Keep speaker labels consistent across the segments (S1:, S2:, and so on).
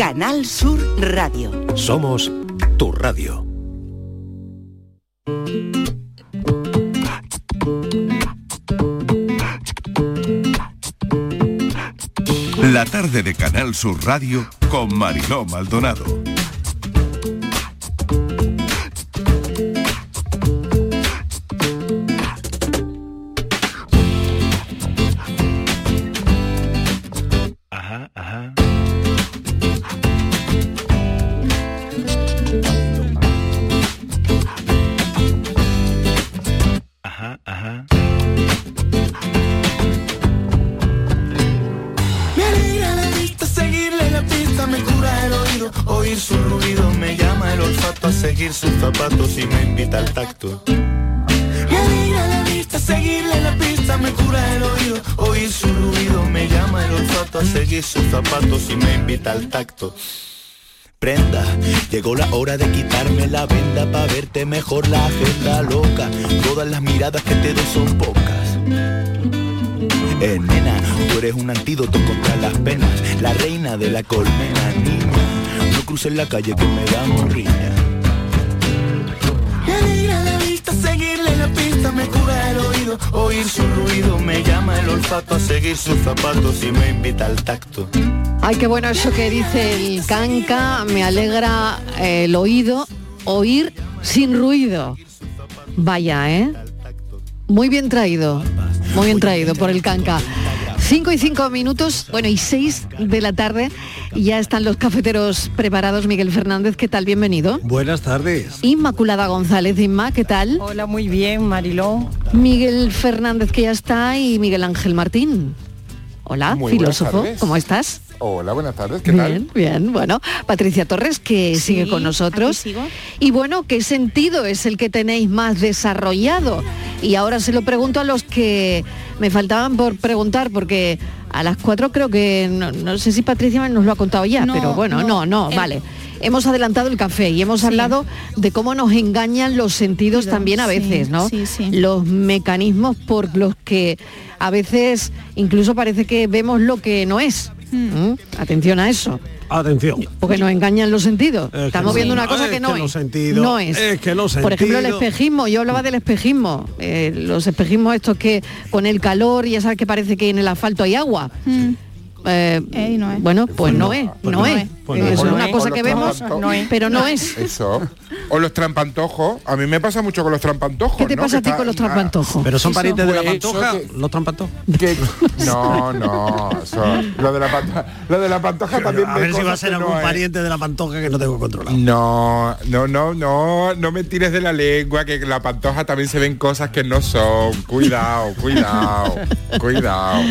S1: Canal Sur Radio.
S2: Somos tu radio.
S3: La tarde de Canal Sur Radio con Mariló Maldonado.
S4: Ajá, ajá. Ajá, ajá.
S5: Me alegra la vista, seguirle la pista me cura el oído. Oír su ruido me llama el olfato a seguir sus zapatos y me invita al tacto. Me alegra la vista, seguirle la pista me cura el oído. Oír su ruido me llama el olfato a seguir sus zapatos y me invita al tacto. Prenda, llegó la hora de quitarme la venda para verte mejor la agenda loca. Todas las miradas que te doy son pocas. Eh, nena, tú eres un antídoto contra las penas, la reina de la colmena, niña. No cruces la calle que me da morriña. Me alegra la vista, seguirle la pista me cura el oído. Oír su ruido me llama el olfato a seguir sus zapatos y me invita al tacto.
S6: Ay, qué bueno eso que dice el canca, me alegra eh, el oído, oír sin ruido. Vaya, ¿eh? Muy bien traído, muy bien traído por el canca. 5 y 5 minutos, bueno, y 6 de la tarde, y ya están los cafeteros preparados. Miguel Fernández, ¿qué tal? Bienvenido.
S7: Buenas tardes.
S6: Inmaculada González, Inma, ¿qué tal?
S8: Hola, muy bien, Mariló.
S6: Miguel Fernández, que ya está, y Miguel Ángel Martín. Hola,
S9: Muy buenas
S6: filósofo,
S9: tardes.
S6: ¿cómo estás?
S9: Hola, buenas tardes, ¿qué
S6: Bien, bien, bueno, Patricia Torres que sigue con nosotros. Y bueno, ¿qué sentido es el que tenéis más desarrollado? Y ahora se lo pregunto a los que me faltaban por preguntar, porque a las cuatro creo que, no, no sé si Patricia nos lo ha contado ya,
S10: No,
S6: pero bueno, no,
S10: no,
S6: no,
S10: el-
S6: vale. Hemos adelantado el café y hemos hablado de cómo nos engañan los sentidos también a
S10: sí,
S6: veces, ¿no?
S10: sí, sí.
S6: Los mecanismos por los que a veces incluso parece que vemos lo que no es.
S10: Hmm.
S6: ¿Mm? Atención a eso.
S7: Atención.
S6: Porque nos engañan los sentidos.
S7: que
S6: Estamos
S7: no.
S6: viendo una cosa
S7: Es
S6: que no
S7: que
S6: es.
S7: los sentidos-
S6: no es.
S7: es que los
S6: Por ejemplo, el
S7: sentidos-
S6: espejismo. Yo hablaba del espejismo. Eh, los espejismos estos que con el calor, ya sabes que parece que en el asfalto hay agua.
S10: Hmm.
S6: Eh, Bueno, pues no, es, no, es.
S9: no.
S6: es
S9: Pues no
S6: una
S9: es.
S6: cosa
S9: O
S6: que
S9: los
S6: vemos,
S9: zapatos. No es.
S6: pero no es.
S9: Eso. O los trampantojos. A mí me pasa mucho con los trampantojos.
S6: ¿Qué te
S9: ¿no?
S6: pasa
S9: Que
S6: a ti
S9: está-
S6: con los trampantojos?
S7: Pero son parientes de la
S9: Pues
S7: pantoja,
S9: eso
S7: los trampantojos.
S9: que- No, no. eso- Lo de la pantoja, lo de la pantoja también
S7: A
S9: me
S7: ver si va a
S9: cosas
S7: ser
S9: que
S7: algún
S6: ¿eh?
S9: no es.
S7: pariente de la pantoja que no tengo controlado.
S9: No, no, no, no, no me tires de la lengua, que en la pantoja también se ven cosas que no son. Cuidado, cuidado, cuidado.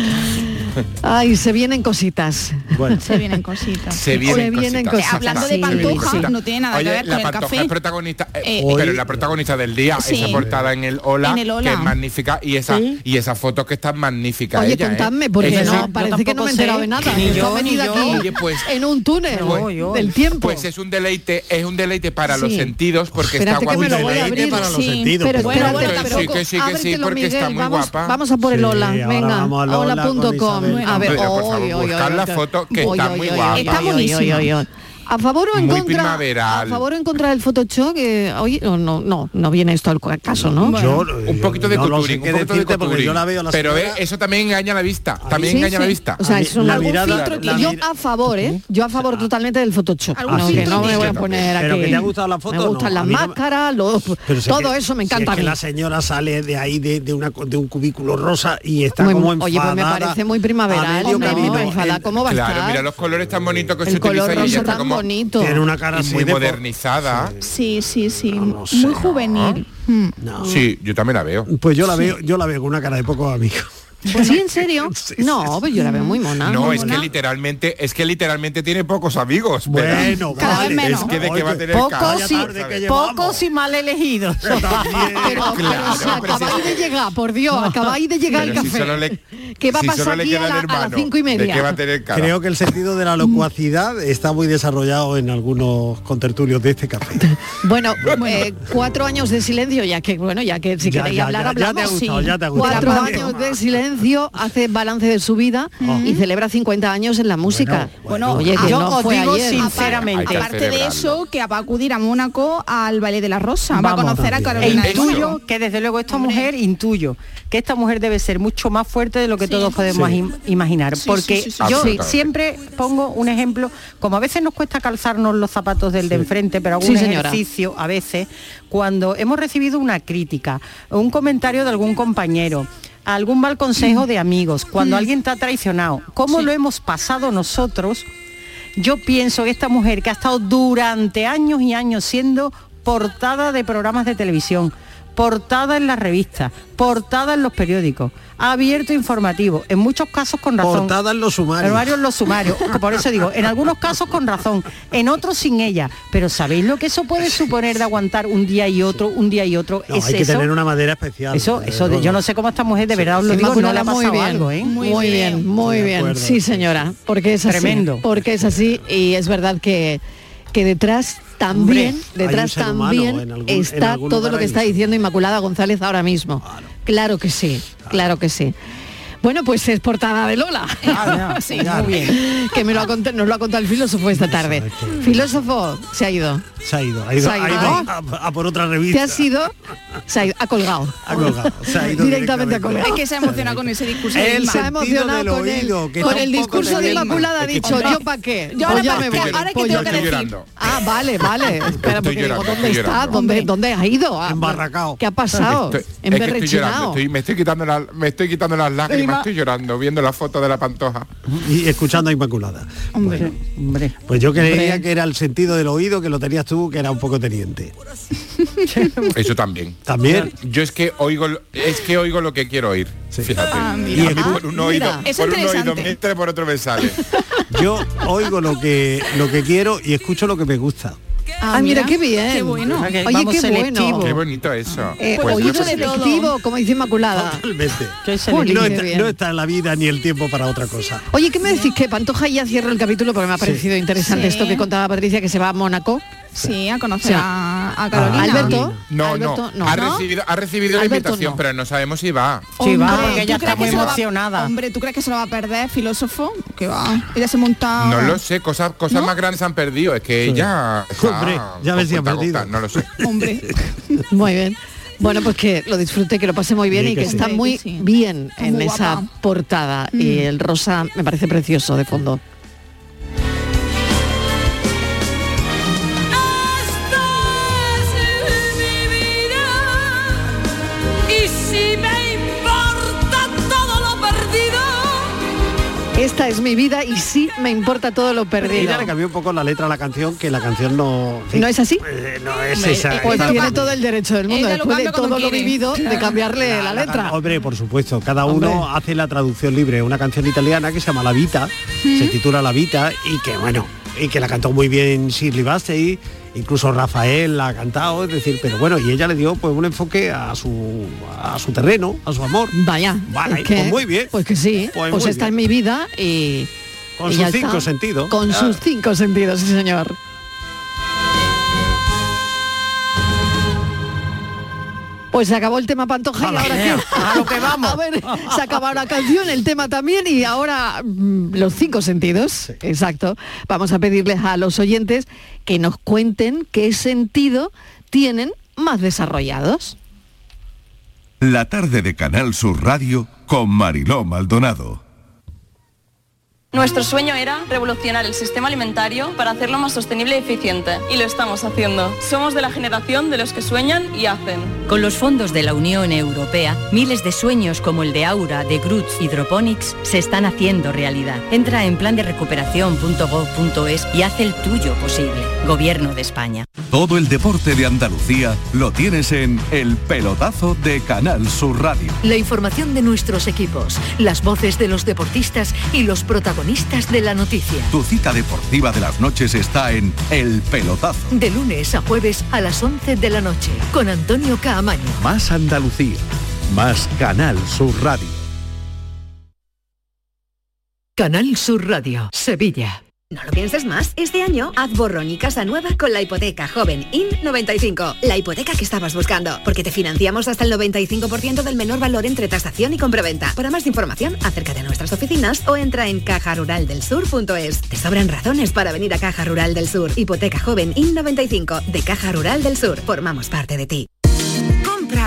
S6: Ay, se vienen cositas.
S7: Bueno.
S8: Se vienen cositas.
S9: Se vienen cositas.
S8: Hablando de
S9: Se vienen
S8: pantojas,
S9: cositas.
S8: no tiene nada
S9: Oye,
S8: que ver
S9: la
S8: con el
S9: pantoja
S8: café.
S9: es protagonista, eh,
S8: Eh,
S9: pero
S8: Hoy-
S9: la protagonista del día,
S8: Sí.
S9: esa portada en el Ola,
S8: En el Ola.
S9: que es magnífica, y esa
S8: Sí.
S9: y esas fotos que están magníficas.
S6: Oye,
S9: ella, ¿eh?
S6: contadme, porque
S9: Esa
S6: no,
S9: sí.
S6: parece que no me he enterado de nada.
S9: Ni
S6: Esto
S9: yo,
S6: ha
S9: ni
S6: venido
S9: yo.
S6: aquí
S9: Oye, pues-
S6: en un túnel del tiempo.
S9: Pues es un deleite, es un deleite para los
S6: Sí.
S9: sentidos porque
S6: Espérate
S9: está
S6: que me
S9: guapa.
S6: lo voy a abrir. Sí, pero espérate, tampoco.
S9: pues, sí, que sí, que sí,
S6: Ábretelo,
S9: porque está
S6: Miguel,
S9: muy
S6: vamos,
S9: guapa.
S6: Vamos a por el
S9: Sí,
S6: hola,
S9: ahora
S6: venga.
S9: vamos al Hola
S6: Hola.com.
S9: con Isabel.
S6: A ver,
S9: Pero, por favor,
S6: oy, oy,
S9: buscad
S6: oy,
S9: la
S6: oy,
S9: foto, que
S6: oy,
S9: está
S6: oy,
S9: muy
S6: oy,
S9: guapa.
S6: Está
S9: Oy, oy, oy,
S6: buenísima.
S9: oy, oy.
S6: A favor o en
S9: Muy
S6: contra.
S9: primaveral.
S6: A favor o en contra del Photoshop, eh, oye, no, no, no, no viene esto al caso, ¿no?
S9: un poquito de
S7: eh, no lo sé
S9: coturín,
S7: qué
S9: un poquito de
S7: decirte porque
S9: coturín.
S7: yo la veo a la
S9: Pero
S7: señora-
S9: eh, eso también engaña la vista, también
S6: Sí,
S9: engaña la
S6: sí.
S9: vista.
S6: O sea, es un
S7: la
S6: algún
S7: mirada-
S6: filtro que
S7: la Ah.
S6: yo
S7: mir-
S6: a favor, ¿eh? Yo a favor totalmente del Photoshop.
S7: Algún
S6: No, que
S7: filtro
S6: no me voy a
S7: distinto.
S6: poner aquí.
S7: Pero que te ha gustado la foto,
S6: Me
S7: no.
S6: gustan
S7: A
S6: las
S7: mí no me-
S6: máscaras, los-
S7: Pero si es
S6: todo
S7: que-
S6: eso me
S7: si
S6: encanta
S7: es que
S6: a
S7: la
S6: mí.
S7: señora sale de ahí de, de una, de un cubículo rosa y está
S6: Muy-
S7: como
S6: oye,
S7: enfadada.
S6: pues me parece muy primaveral,
S7: a medio
S6: hombre,
S7: camino.
S6: enfadada, ¿cómo va a
S9: claro,
S6: estar?
S9: mira los colores tan bonitos que
S6: El
S9: se
S6: color
S9: utilizan y
S6: rosa
S9: ella está
S6: tan
S9: como
S6: bonito.
S7: Tiene una cara
S9: y
S7: así
S9: muy
S7: de-
S9: modernizada.
S8: Sí, sí, sí. muy juvenil. Mm.
S9: Sí, yo también la veo.
S7: Pues yo la veo, yo la veo con una cara de poco amigo.
S6: Pues, ¿Sí, en serio? No, pues yo la veo muy mona.
S9: No,
S6: muy
S9: es que
S6: mona.
S9: literalmente, es que literalmente tiene pocos amigos. pero-
S7: Bueno,
S6: Cada vez
S9: es
S6: menos.
S9: que de que va a tener
S10: Pocos
S9: cada-
S10: y, pocos y mal elegidos.
S6: Pero, pero si acabáis de llegar, por Dios, acabáis de llegar al
S9: Pero si
S6: café.
S9: solo le-
S6: ¿Qué va a
S9: si solo
S6: pasar
S9: le
S6: aquí
S9: queda
S6: a,
S9: el
S6: la- a las
S9: hermano,
S6: cinco y
S9: ¿de
S6: media? Mm.
S9: qué va a tener cara?
S7: Creo que el sentido de la locuacidad está muy desarrollado en algunos contertulios de este café.
S6: Bueno, eh, cuatro años de silencio, ya que bueno, ya que si
S7: Ya,
S6: queréis
S7: ya,
S6: hablar,
S7: ya, ya te ha
S6: hablamos.
S7: gustado, ya te ha gustado.
S6: Cuatro
S7: Vale.
S6: años de Amancio hace balance de su vida y celebra 50 años en la música.
S8: Bueno,
S6: Oye, que
S10: yo
S6: no
S10: os
S6: fue
S10: digo
S6: ayer.
S10: sinceramente.
S9: Hay que
S8: Aparte de
S9: celebrarlo.
S8: eso, que va a acudir a Mónaco al Ballet de la Rosa. va a
S10: Vamos.
S8: conocer a
S10: E
S8: Carolina. del Norte.
S10: intuyo que desde luego esta mujer, intuyo que esta mujer debe ser mucho más fuerte de lo que todos podemos im- imaginar.
S8: Sí,
S10: porque
S8: sí, sí, sí.
S10: yo
S9: Absolutamente.
S10: siempre pongo un ejemplo, como a veces nos cuesta calzarnos los zapatos del de enfrente, pero hago
S6: Sí,
S10: un
S6: señora.
S10: ejercicio a veces, cuando hemos recibido una crítica, un comentario de algún compañero algún mal
S8: Mm.
S10: consejo de amigos, cuando alguien te ha traicionado, ¿cómo lo hemos pasado nosotros yo pienso que esta mujer que ha estado durante años y años siendo portada de programas de televisión, portada en las revistas, portada en los periódicos, ha abierto informativo, en muchos casos con razón.
S7: Portada en los sumarios.
S10: En varios los sumarios, por eso digo, en algunos casos con razón, en otros sin ella. Pero ¿sabéis lo que eso puede suponer de aguantar un día y otro, un día y otro?
S7: No,
S10: ¿Es
S7: hay que
S10: eso?
S7: tener una madera especial.
S10: Eso,
S7: desde
S10: eso de- yo
S7: luego.
S10: no sé cómo esta mujer de verdad os lo digo, no le
S6: Inmaculada,
S10: ha pasado
S6: muy bien,
S10: algo, ¿eh?
S6: Muy, bien, muy
S7: Estoy de
S6: bien.
S7: acuerdo,
S6: Sí,
S7: sí,
S6: señora, porque es así.
S10: Tremendo.
S6: Porque es así y es verdad que, que detrás también,
S10: Hombre,
S7: hay un
S6: detrás
S7: ser humano
S6: también
S7: en algún- en
S6: está
S7: algún
S6: todo
S7: lugar
S6: lo que
S7: ahí.
S6: está diciendo Inmaculada González ahora mismo. Claro, que sí, claro que sí. Bueno, pues es portada de Lola.
S10: Ah, no,
S6: Sí,
S10: claro.
S6: muy bien. Que me lo ha contado- nos lo ha contado el filósofo esta tarde.
S7: Exacto.
S6: Filósofo se ha ido.
S7: Se ha ido, ha ido,
S6: Se ha
S7: ha
S6: ido.
S7: ido a, a por otra revista.
S6: ¿Te has ido? Se ha ido, ha colgado.
S7: Ha colgado, se ha ido
S6: Directamente ha colgado.
S8: Es que se ha emocionado con ese discurso. de
S7: El
S8: Vilma.
S6: se ha
S7: sentido del
S6: emocionado con
S7: oído,
S6: el,
S7: que
S6: con
S7: está
S6: el
S7: un poco
S6: discurso de
S7: leyendo.
S6: Inmaculada ha
S9: Es que
S6: dicho,
S9: está-
S6: yo pa' qué,
S8: Yo
S6: pues
S8: ahora
S6: ya
S8: pa'
S6: me
S8: qué,
S6: voy,
S8: ahora que
S6: pues
S8: tengo
S6: ya
S8: que
S6: me
S9: Estoy
S8: decir.
S6: voy.
S9: llorando.
S6: Ah, vale, vale. Espera, porque digo,
S9: llorando,
S6: ¿dónde
S9: estoy
S6: está?
S9: llorando.
S6: ¿Dónde, ¿Dónde has ido? Ah,
S7: Embarracao.
S6: ¿Qué ha pasado?
S9: Estoy- es que estoy llorando,
S6: Emberrechinao.
S9: estoy- me, estoy quitando la- me estoy quitando las lágrimas,
S10: Iba-
S9: estoy llorando, viendo la foto de la pantoja.
S7: Y escuchando a Inmaculada.
S10: Hombre, hombre.
S7: Pues yo creía
S6: Hombre.
S7: que era el sentido del oído que lo tenías tú, que era un poco teniente.
S9: Eso también.
S7: También.
S9: Yo es que oigo lo- es que oigo lo que quiero oír. Fíjate.
S7: mira.
S9: Y a mí por un
S6: Ah,
S9: oído,
S6: mira.
S8: Eso
S9: por
S8: es
S9: un oído
S8: interesante.
S9: me entra y por otro me sale.
S7: Yo oigo lo que lo que quiero y escucho lo que me gusta.
S6: Ah, mira, qué bien.
S8: Qué bueno.
S10: Ok,
S6: Oye,
S10: vamos
S6: qué
S10: selectivo.
S9: Qué
S6: bueno.
S9: bonito eso.
S6: Eh,
S9: Pues yo
S6: oído
S9: prefiero-
S6: selectivo, como dice Inmaculada.
S7: Totalmente.
S10: Soy
S6: Jolín,
S10: selectivo.
S7: No
S6: qué
S7: está,
S6: bien.
S7: no está la vida ni el tiempo para otra cosa.
S6: Oye, ¿qué me decís? Que Pantoja ya cierra el capítulo porque me ha parecido interesante
S8: Sí.
S6: esto que contaba Patricia, que se va a Mónaco.
S8: Sí, a
S6: O
S8: conocer
S6: sea,
S8: a, a
S7: Ah.
S8: Carolina.
S6: Alberto.
S9: No,
S6: Alberto,
S9: no,
S6: no.
S9: Ha
S6: ¿No?
S9: recibido, ha recibido la
S6: Alberto,
S9: invitación,
S6: no.
S9: pero no sabemos si va.
S10: Sí, va,
S8: Hombre,
S10: porque
S8: Oh, ¿tú
S10: ella está
S8: crees que
S10: muy
S8: se lo va-
S10: emocionada.
S8: hombre, ¿tú crees que se lo va a perder, filósofo? Que va. Ella se monta.
S9: No lo sé, cosas, cosas
S8: ¿No?
S9: más grandes han perdido. Es que ella. está
S7: Hombre, ya
S9: con
S7: ves si han
S9: cuenta
S7: perdido.
S9: gota, No lo sé.
S8: Hombre.
S6: Muy bien. Bueno, pues que lo disfrute, que lo pase muy bien
S7: Sí,
S6: y que,
S7: que sí.
S6: está
S8: Sí, que
S6: muy
S8: sí.
S6: bien
S8: Está
S6: en
S8: muy
S6: esa
S8: guapa. Mm.
S6: portada. Y el rosa me parece precioso de fondo.
S4: Y si me importa todo lo perdido.
S6: Esta es mi vida y sí me importa todo lo perdido.
S7: Ella le cambió un poco la letra a la canción, que la canción no... en fin,
S6: ¿No es así?
S7: eh, no es
S8: Hombre,
S7: esa.
S8: eh,
S6: Pues
S7: esa-
S6: tiene todo el derecho del mundo,
S8: Ella lo
S6: después de
S8: cambia cuando
S6: todo lo
S8: quiere.
S6: vivido, de cambiarle la letra.
S7: Hombre, por supuesto, cada uno
S6: Hombre.
S7: hace la traducción libre. Una canción italiana que se llama La Vita, se titula La Vita y que bueno, y que la cantó muy bien Shirley Bassey, incluso Rafael la ha cantado, es decir, pero bueno, y ella le dio pues un enfoque a su a su terreno, a su amor.
S6: Vaya,
S7: Vale,
S6: es
S7: pues muy bien.
S6: Pues que sí, pues,
S7: Pues muy
S6: está
S7: bien.
S6: en mi vida y...
S7: Con
S6: y
S7: sus
S6: ya está.
S7: cinco sentidos.
S6: Con
S7: Ah.
S6: sus cinco sentidos, sí señor. Pues se acabó el tema Pantoja y ahora qué?
S10: A lo que vamos.
S6: A ver, se acabó la canción, el tema también y ahora mm, los cinco sentidos. Exacto. Vamos a pedirles a los oyentes que nos cuenten qué sentido tienen más desarrollados.
S3: La tarde de Canal Sur Radio con Mariló Maldonado.
S4: Nuestro sueño era revolucionar el sistema alimentario para hacerlo más sostenible y eficiente. Y lo estamos haciendo. Somos de la generación de los que sueñan y hacen.
S11: Con los fondos de la Unión Europea, miles de sueños como el de Aura, de Groots Hydroponics se están haciendo realidad. Entra en plan de recuperación.gov.es y haz el tuyo posible. Gobierno de España.
S2: Todo el deporte de Andalucía lo tienes en El Pelotazo de Canal Sur Radio.
S11: La información de nuestros equipos, las voces de los deportistas y los protagonistas de la noticia.
S2: Tu cita deportiva de las noches está en El Pelotazo.
S11: De lunes a jueves a las 11 de la noche con Antonio Caamaño.
S2: Más Andalucía. Más Canal Sur Radio.
S11: Canal Sur Radio, Sevilla.
S12: No lo pienses más, este año haz borrón y casa nueva con la hipoteca joven IN95, la hipoteca que estabas buscando, porque te financiamos hasta el 95% del menor valor entre tasación y compraventa. Para más información, acerca de nuestras oficinas o entra en cajaruraldelsur.es. Te sobran razones para venir a Caja Rural del Sur. Hipoteca joven IN95 de Caja Rural del Sur. Formamos parte de ti.
S13: Compra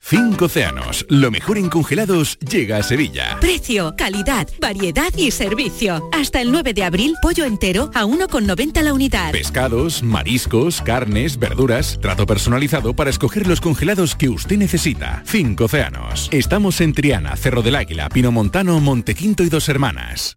S14: Cinco océanos, lo mejor en congelados llega a Sevilla.
S15: Precio, calidad, variedad y servicio. Hasta el 9 de abril, pollo entero a 1,90 la unidad.
S14: Pescados, mariscos, carnes, verduras, trato personalizado para escoger los congelados que usted necesita. Cinco océanos. Estamos en Triana, Cerro del Águila, Pinomontano, Montequinto y Dos Hermanas.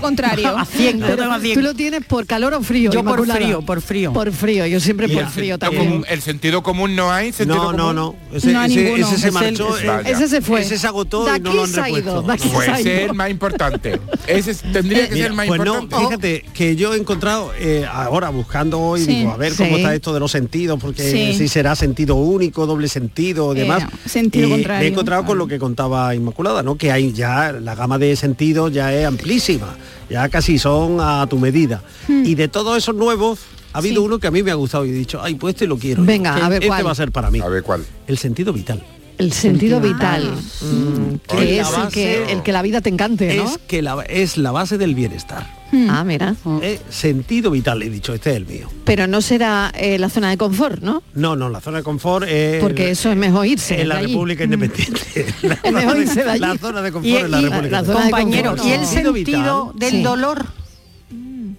S8: contrario.
S10: A 100, lo tengo a 100.
S6: ¿Tú lo tienes por calor o frío?
S10: Yo por
S6: Inmaculada?
S10: frío, por frío.
S6: Por frío, yo siempre
S9: Y
S6: por frío también.
S9: común- el sentido común no hay sentido
S7: No,
S9: común?
S7: no, no. Ese, ese- ese se marchó. eh,
S9: Vaya.
S6: Ese se fue.
S7: Ese se agotó
S6: De
S7: y no
S6: aquí
S7: lo han
S6: se ha ido,
S7: repuesto.
S6: de aquí
S9: Pues
S6: se ha
S9: ese es
S6: ido.
S9: el más importante. Ese es- tendría que ser
S7: Mira,
S9: el más
S7: pues no,
S9: importante.
S7: fíjate que yo he encontrado eh, ahora buscando hoy
S8: Sí.
S7: digo, a ver cómo
S8: Sí.
S7: está esto de los sentidos, porque
S8: Sí.
S7: si será sentido único, doble sentido,
S8: Eh,
S7: demás.
S8: no, sentido
S7: Y Me
S8: contrario.
S7: he encontrado con lo que contaba Inmaculada, ¿no? Que hay ya la gama de sentidos ya es amplísima, ya casi son a tu medida.
S6: Hmm.
S7: Y de todos esos nuevos ha habido uno que a mí me ha gustado y he dicho, ay, pues este lo quiero.
S6: Venga,
S7: Este-
S6: a ver
S7: este
S6: cuál.
S7: va a ser para mí. A
S9: ver cuál.
S7: El sentido vital.
S6: El sentido
S7: Ah,
S6: vital, mm, que
S7: Oye,
S6: es el
S7: avance.
S6: que, el que la vida te encante, ¿no?
S7: Es que la- es la base del bienestar.
S6: Ah, mira.
S7: Eh, sentido vital, he dicho, este es el mío.
S6: Pero no será eh, la zona de confort, ¿no?
S7: No, no, la zona de confort es...
S6: Porque eso es mejor irse.
S7: en la
S6: de allí. Mm.
S7: República Independiente. La
S6: Es mejor
S7: zona de-
S6: irse de allí.
S7: la zona de
S10: Y,
S7: confort en la
S10: y-
S7: República
S6: la zona de
S10: compañero,
S6: confort,
S10: y
S6: no.
S10: el
S7: Sentido vital.
S10: sentido del
S6: Sí. Mm.
S10: dolor.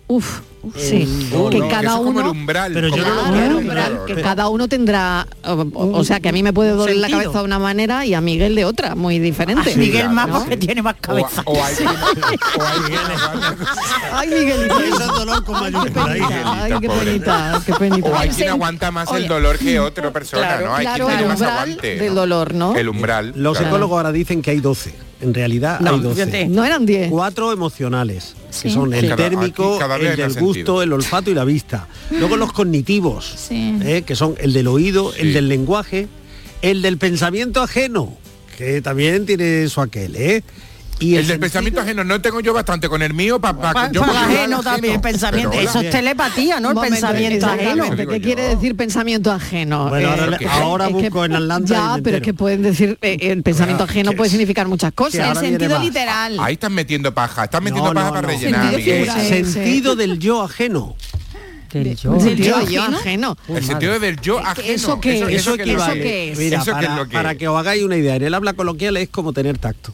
S6: Uf, sí.
S7: Mm.
S9: No,
S6: que
S9: no,
S6: cada
S9: eso es como el
S6: uno...
S9: umbral.
S7: Pero yo no lo
S9: como-
S6: Claro,
S7: quiero,
S6: umbral,
S7: claro.
S6: que
S7: Pero-
S6: cada uno tendrá, o, o- o sea, que a mí me puede doler la
S10: sentido.
S6: cabeza de una manera y a Miguel de otra, muy
S7: Ah,
S6: diferente.
S9: Sí,
S10: Miguel
S9: claro,
S10: más
S9: ¿no?
S10: porque tiene más
S9: O,
S10: cabeza.
S9: o hay, o hay
S6: Ay, Miguel,
S7: Eso es dolor con mayúscula. ahí.
S6: ay, qué
S9: pobre.
S6: penita, qué penita.
S9: O hay quien aguanta más el dolor que otra persona,
S6: Claro,
S9: ¿no? Hay
S6: claro,
S9: quien
S6: el
S9: tiene más
S6: umbral
S9: aguante.
S6: del
S9: ¿no?
S6: dolor, ¿no?
S9: El umbral.
S7: Los
S9: claro.
S7: psicólogos ahora dicen que hay 12. En realidad
S10: No,
S7: hay 12.
S10: fíjate.
S6: No eran 10.
S7: Cuatro emocionales, que son
S9: Sí.
S7: el
S9: Cada- aquí
S7: térmico,
S9: cada vez
S7: el
S9: hay
S7: del
S9: más
S7: gusto,
S9: sentido.
S7: el olfato y la vista. Luego los cognitivos,
S8: Sí.
S7: ¿eh? que son el del oído,
S9: Sí.
S7: el del lenguaje, el del pensamiento ajeno, que también tiene su aquel, ¿eh?
S9: el, del pensamiento ajeno no tengo yo bastante con el mío para
S10: Pa- para el ajeno también, el pensamiento. Eso es telepatía, ¿no? El
S6: Momento,
S10: pensamiento ajeno.
S6: exactamente, ¿Qué quiere decir pensamiento ajeno? Eh,
S7: Bueno, ahora le- ahora busco en Atlanta y
S6: Ya,
S7: me
S6: pero es que pueden decir eh, el pensamiento ajeno puede significar muchas cosas.
S9: Ahí estás metiendo paja, estás metiendo paja para rellenar.
S7: Sentido,
S9: Miguel.
S7: figurado. Ah, Sentido del yo ajeno.
S6: yo. Sentido yo ajeno.
S9: El sentido del yo ajeno.
S6: ¿Eso qué es?
S7: Eso,
S6: ¿Eso
S7: equivale.
S6: qué es?
S7: Mira,
S9: ¿Eso qué
S7: para,
S9: es lo que
S7: para que os hagáis una idea, en el habla coloquial es como tener tacto.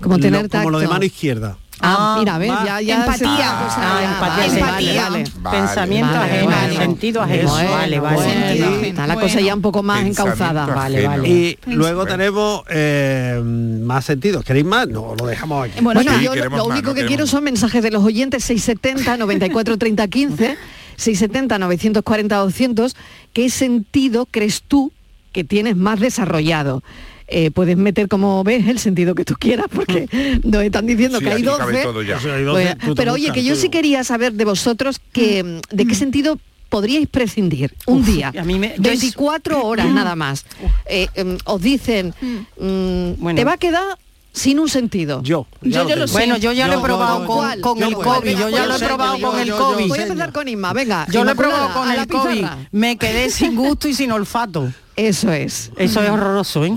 S6: Como tener
S7: Lo- Como lo de
S6: tacto.
S7: mano izquierda.
S6: Ah, mira, a ver,
S10: va-
S6: ya, ya
S10: empatía,
S6: se-
S10: Ah, pues, ah, ya, empatía, sí, vale, vale. Pensamiento ajeno, sentido ajeno.
S6: Bueno,
S10: Vale, vale.
S6: bueno,
S10: Sentido ajeno.
S6: Está la cosa ya un poco más encauzada. Vale, vale.
S7: Y luego tenemos eh, más sentidos. ¿Queréis más? No, lo dejamos aquí.
S6: Bueno, yo lo- lo único que quiero son mensajes de los oyentes 670 94 30 15 670 940 200 ¿Qué sentido crees tú que tienes más desarrollado? Eh, puedes meter como ves el sentido que tú quieras porque nos están diciendo
S9: Sí,
S6: que hay
S9: aquí cabe
S6: 12,
S9: todo ya.
S7: O sea, hay
S6: Pues,
S7: 12, tú te
S6: pero oye,
S7: buscas
S6: que yo
S7: todo.
S6: sí quería saber de vosotros que mm, de qué sentido podríais prescindir un
S10: Uf,
S6: día.
S10: a mí me- yo es-
S6: 24 horas nada más. Eh, em, os dicen, mm, te va a quedar sin un sentido.
S7: Yo.
S10: ya Yo- lo yo lo tengo. sé. Bueno, yo ya lo he probado con-
S6: ¿Cuál?
S10: con el
S6: puedo.
S10: COVID, yo ya lo he probado con el COVID.
S6: Voy a empezar con Inma, venga.
S10: Yo lo he
S6: Inmaculada,
S10: probado con
S6: a la
S10: el COVID.
S6: pizarra.
S10: Me quedé sin gusto y sin olfato.
S6: Eso es.
S10: Eso es horroroso, ¿eh?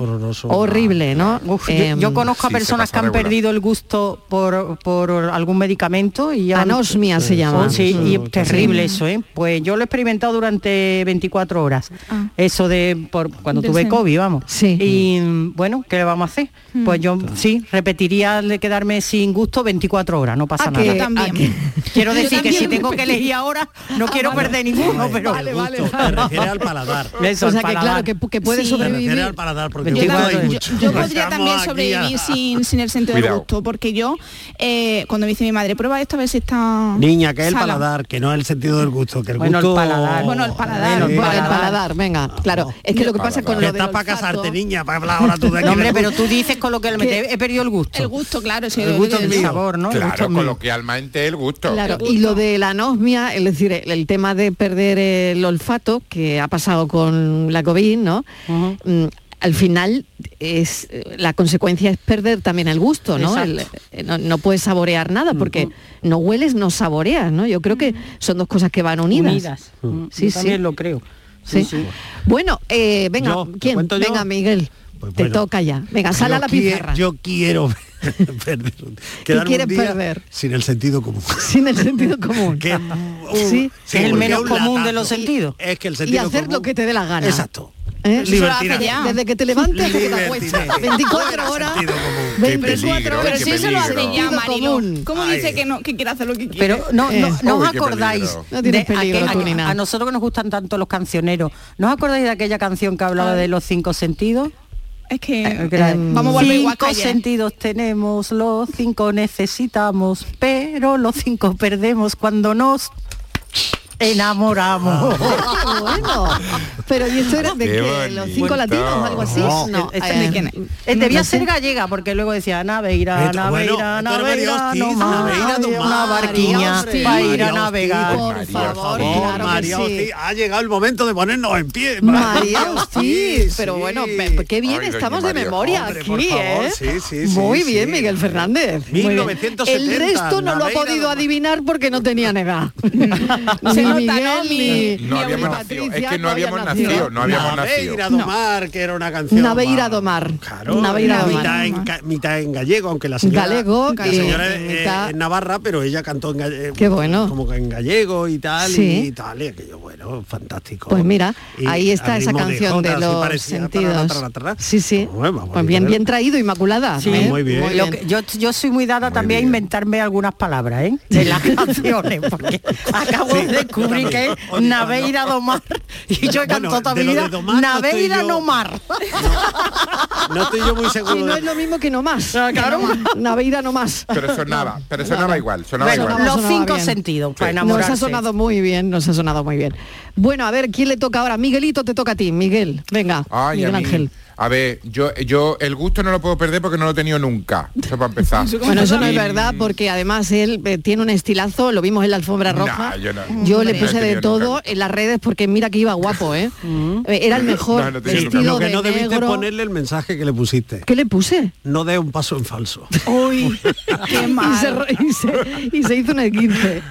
S6: Horrible, ¿no?
S10: Uf, yo- yo,
S6: Em,
S10: conozco a personas que han perdido el gusto por, por algún medicamento y ya...
S6: Anosmia se llama.
S10: Oh, sí, y
S6: Mm.
S10: es terrible
S6: Sí.
S10: eso, ¿eh? Pues yo lo he experimentado durante 24 horas.
S6: Ah.
S10: Eso de por, cuando
S6: Del
S10: tuve
S6: sen-
S10: COVID, vamos.
S6: Sí.
S10: Y mm, bueno, ¿qué le vamos a hacer?
S6: Hmm.
S10: Pues yo sí, repetiría el de quedarme sin gusto 24 horas, no pasa
S6: ¿A
S10: nada.
S6: Ah, que- Yo también. a que-
S10: Quiero
S6: Yo
S10: decir que
S6: también
S10: si tengo que
S6: repetiría.
S10: elegir ahora, no
S6: Ah,
S10: quiero
S6: vale.
S10: perder ninguno, pero
S6: Vale, vale,
S10: Gusto,
S6: vale.
S7: te refieres al paladar.
S10: Eso,
S6: o sea
S10: al
S6: que claro,
S10: paladar.
S6: que, pu- que puede
S10: Sí.
S6: sobrevivir.
S7: Refiere al paladar, porque
S8: Yo,
S7: gusto
S8: tam-
S7: hay
S8: yo-
S7: mucho.
S8: yo podría
S7: Estamos
S8: también
S7: aquí
S8: sobrevivir
S7: a-
S8: sin, sin el sentido del
S7: Cuidado.
S8: gusto, porque yo, eh, cuando me dice mi madre, prueba esto a ver si está...
S7: Niña, que es el
S8: sana".
S7: paladar, que no es el sentido del gusto, que el
S10: Bueno, el
S7: gusto...
S10: paladar.
S6: Bueno, el paladar, bueno, el paladar, venga, claro. Es que lo que pasa con lo
S7: Que
S6: del
S7: estás para
S6: olfato-
S7: casarte, niña, para hablar ahora tú de aquí
S10: No, hombre,
S7: del
S10: pero
S7: gusto.
S10: tú dices con lo que le metes, he perdido el gusto.
S8: El gusto, claro, sí,
S10: El
S8: lo
S10: gusto
S8: que
S10: del
S8: digo.
S10: sabor, ¿no? El gusto
S9: Claro,
S10: mío.
S9: coloquialmente el gusto.
S6: Claro, y lo de la anosmia, es decir, el, el tema de perder el olfato, que ha pasado con la COVID, ¿no? Mm, al final es eh, la consecuencia es perder también el gusto, ¿no? El-
S10: Exacto.
S6: eh, no, no puedes saborear nada porque no hueles, no saboreas, ¿no? Yo creo que son dos cosas que van unidas.
S10: Unidas. Mm,
S6: Sí,
S10: yo
S6: sí.
S10: también lo creo.
S6: Sí. Bueno, eh, venga,
S7: Yo, ¿te
S6: ¿quién?
S7: cuento yo? Pues
S6: Venga, Miguel. Te
S7: bueno.
S6: toca ya. Venga, sal
S7: Yo
S6: a la
S7: quie-
S6: pizarra.
S7: Yo quiero perder, quedarme un
S6: quieres
S7: día
S6: perder?
S7: sin el sentido común.
S6: Sin el sentido común.
S7: que,
S6: Sí.
S10: Es
S7: sí,
S10: el
S7: porque
S10: menos
S7: un
S10: común
S7: latazo.
S10: de los sentidos.
S7: Es que el
S6: y
S7: sentido
S6: hacer
S7: común...
S6: lo que te dé la gana.
S7: Exacto.
S6: ¿Eh?
S7: Eso lo hace ya.
S6: Desde que te levantes hasta que te
S7: Libertinaje.
S6: acuestas. 24 horas. 24
S8: Pero
S6: horas.
S8: si eso lo hace ya,
S6: Sentido
S8: Marilo.
S6: común.
S8: ¿Cómo
S10: Ay.
S8: dice que no que quiere hacer lo que quiere? Eh.
S10: Pero no, no, no
S6: Eh, Uy,
S10: os
S6: qué
S10: acordáis
S6: peligro. No tienes peligro
S10: aquel-
S6: tú ni
S10: a-
S6: nada.
S10: a nosotros que nos gustan tanto los cancioneros. ¿No os acordáis de aquella canción que hablaba de los cinco sentidos? Eh,
S8: Es que
S10: Que era,
S8: vamos a volver igual
S10: Cinco
S8: que ayer.
S10: sentidos tenemos, los cinco necesitamos, pero los cinco perdemos cuando nos enamoramos.
S6: bueno, pero ¿y esto era de
S10: Qué
S6: qué? ¿Los cinco
S10: bonito.
S6: latinos o algo así?
S10: No.
S6: No,
S10: Esta- ¿de quién es? Eh, debía ser gallega porque luego decía naveira,
S6: Esto- bueno,
S10: naveira,
S6: esto era
S10: naveira,
S6: María
S10: no
S6: Ortiz,
S10: más,
S6: naveira do mar.
S10: una barquiña
S6: María
S10: para ir a
S6: Ortiz,
S10: navegar.
S6: por
S7: favor,
S6: claro que
S7: María
S6: sí.
S7: Ortiz, ha llegado el momento de ponernos en pie.
S6: María Ortiz, pero bueno, pe- qué bien
S7: Ay, doña
S6: estamos de
S7: María,
S6: memoria
S7: hombre,
S6: aquí,
S7: por favor,
S6: ¿eh?
S7: sí, sí, sí,
S6: Muy
S7: sí.
S6: bien, Miguel Fernández. muy bien.
S7: 1970,
S6: El resto no lo ha
S7: Naveira
S6: podido adivinar porque no tenía edad.
S7: Se
S6: ni
S7: nota,
S6: Miguel, ni,
S9: No
S6: ni
S9: habíamos
S6: Aurora
S9: nacido,
S6: Patricia
S9: es que no
S6: todavía
S9: habíamos
S6: nació.
S9: nacido, no habíamos nacido.
S7: Naveira do Mar, que era una canción.
S6: Naveira do Mar.
S7: Claro,
S6: Naveira do
S7: mitad, en,
S6: Mar.
S7: ca- mitad en gallego, aunque la señora,
S6: Galego,
S7: la
S6: y
S7: señora es, eh,
S6: mitad-
S7: es navarra, pero ella cantó en gallego,
S6: Qué bueno.
S7: como que en gallego y tal
S6: Sí.
S7: y tal, y aquello bueno, fantástico.
S6: Pues mira,
S7: Y
S6: ahí está
S7: al
S6: esa
S7: ritmo
S6: canción de,
S7: jota, así
S6: los
S7: parecía, tarara,
S6: sentidos.
S7: tarara, tarara.
S6: Sí, sí.
S7: Bueno,
S6: Pues bien, bien traído, Inmaculada.
S10: Sí,
S6: ¿eh?
S10: Lo que- yo, yo soy muy dada también a inventarme algunas palabras, ¿eh? De las canciones, porque acabo de descubrir
S7: yo
S10: que
S7: también.
S10: es Naveira Domar y yo he
S7: Bueno,
S10: cantado
S7: de lo
S10: también
S7: de domar no estoy
S10: Naveira
S7: yo-
S10: Nomar.
S7: No estoy yo muy seguro.
S6: Y no
S7: de-
S6: es lo mismo que no más. Claro. Naveira no más.
S9: Pero sonaba, pero sonaba igual, sonaba
S6: Bueno,
S9: igual.
S6: sonaba, sonaba bien. Nos ha sonado muy bien, nos ha sonado muy bien. Bueno, a ver, ¿quién le toca ahora? Miguelito, te toca a ti, Miguel. Venga,
S9: Ay, a
S6: Miguel
S9: mí.
S6: Ángel.
S9: A ver, yo, yo el gusto no lo puedo perder porque no lo he tenido nunca. Eso para empezar.
S6: Bueno, eso no es
S9: Y-
S6: verdad porque además él eh, tiene un estilazo, lo vimos en la alfombra
S9: Nah,
S6: roja.
S9: yo no.
S6: Yo le
S9: No he
S6: puse de
S9: tenido
S6: todo en las redes porque mira que iba guapo, ¿eh? Eh, Era el mejor
S7: No, no te digo
S6: vestido
S7: nunca. Lo que
S6: de
S7: no debiste
S6: negro.
S7: ponerle el mensaje que le pusiste.
S6: ¿Qué le puse?
S7: No dé un paso en falso.
S6: Uy, Y se, re- y se- y se hizo un 15.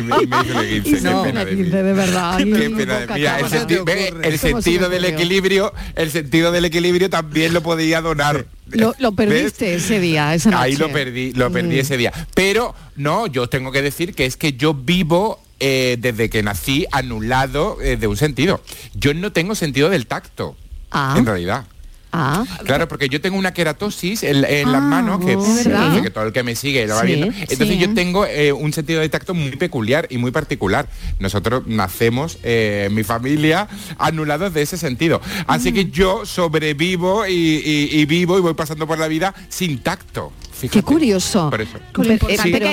S9: Y me- y me hizo el
S6: Y
S9: guince,
S6: se hizo
S9: qué
S6: un
S9: pena de mí.
S6: 15, de verdad. Ay,
S9: Qué
S6: no,
S9: pena de
S6: boca
S9: mí. Mira, el,
S6: acaba.
S9: senti- ve, el
S6: ¿Cómo se
S9: sentido
S6: me
S9: del
S6: ocurrió?
S9: equilibrio, el sentido del equilibrio también lo podía donar.
S6: Lo, lo perdiste ese día, esa noche.
S9: Ahí lo perdí, lo perdí
S6: Mm.
S9: ese día. Pero no, yo os tengo que decir que es que yo vivo eh, desde que nací anulado eh, de un sentido. Yo no tengo sentido del tacto,
S6: Ah,
S9: en realidad.
S6: ah.
S9: Claro, porque yo tengo una keratosis en, en las manos que,
S6: es verdad.
S9: que todo el que me sigue lo va
S6: Sí,
S9: viendo. Entonces
S6: sí.
S9: yo tengo eh, un sentido de tacto muy peculiar y muy particular. Nosotros nacemos, eh, mi familia, anulados de ese sentido. Así
S6: Ah.
S9: que yo sobrevivo y, y- y vivo y voy pasando por la vida sin tacto. Fíjate.
S6: Qué curioso.
S9: Por eso.
S6: Pero-
S9: Sí.
S6: pero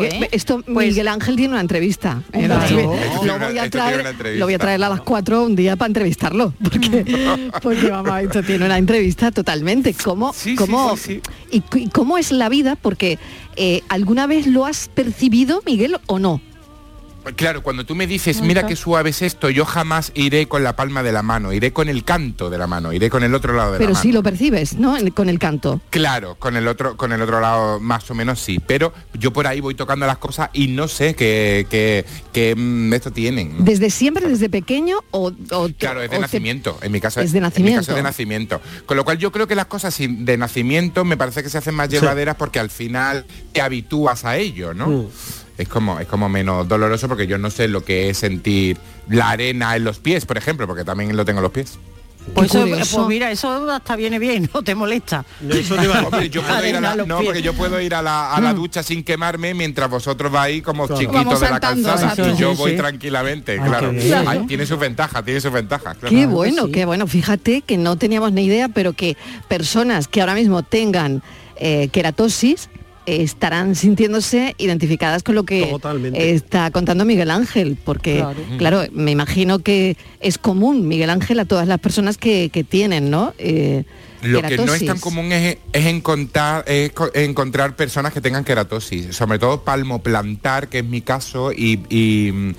S6: Miguel, Esto Miguel Ángel tiene una entrevista. ¿eh?
S9: Lo voy a
S6: traer- Lo voy a traer a las 4 un día para entrevistarlo, porque, porque vamos, esto tiene una entrevista totalmente. ¿Cómo, cómo, Y, cu- y cómo es la vida? Porque eh, ¿alguna vez lo has percibido, Miguel, o no?
S9: Claro, cuando tú me dices, mira qué suave es esto, yo jamás iré con la palma de la mano, iré con el canto de la mano, iré con el otro lado de la
S6: Pero
S9: mano.
S6: sí lo percibes, ¿no? En- con el canto.
S9: Claro, con el otro, con el otro lado más o menos sí, pero yo por ahí voy tocando las cosas y no sé qué, qué, qué, mm, esto tienen. ¿no?
S6: ¿Desde siempre, desde pequeño? O, o te-
S9: Claro, es de
S6: o te-
S9: nacimiento. En mi caso
S6: Es de
S9: en mi
S6: nacimiento.
S9: caso es de nacimiento. Con lo cual yo creo que las cosas sin- de nacimiento me parece que se hacen más llevaderas porque al final te habitúas a ello, ¿no?
S7: Mm.
S9: Es como, es como menos doloroso porque yo no sé lo que es sentir la arena en los pies, por ejemplo, porque también lo tengo en los pies.
S10: Pues, eso-
S9: curioso.
S10: pues mira, eso hasta viene bien, no te molesta.
S9: Hombre, yo puedo ir a la,
S10: Arena a los
S9: no,
S10: pies.
S9: porque yo puedo ir a la, a la ducha sin quemarme mientras vosotros vais como
S10: Claro.
S9: chiquitos
S10: Vamos
S9: de la
S10: saltando,
S9: calzada.
S10: exacto.
S9: Yo
S10: Sí,
S9: voy
S10: sí.
S9: tranquilamente,
S10: Ah,
S9: claro.
S10: qué bien.
S9: Ay, tiene sus ventajas, tiene sus ventajas. claro.
S6: Qué bueno, qué bueno. Fíjate que no teníamos ni idea, pero que personas que ahora mismo tengan eh, queratosis eh, estarán sintiéndose identificadas con lo que
S7: Totalmente.
S6: está contando Miguel Ángel, porque
S7: Claro.
S6: claro. me imagino que es común Miguel Ángel a todas las personas que, que tienen, ¿no? Eh,
S9: Lo que no es
S6: queratosis.
S9: tan común es, es encontrar, es co- encontrar personas que tengan queratosis, sobre todo palmoplantar, que es mi caso, y, y-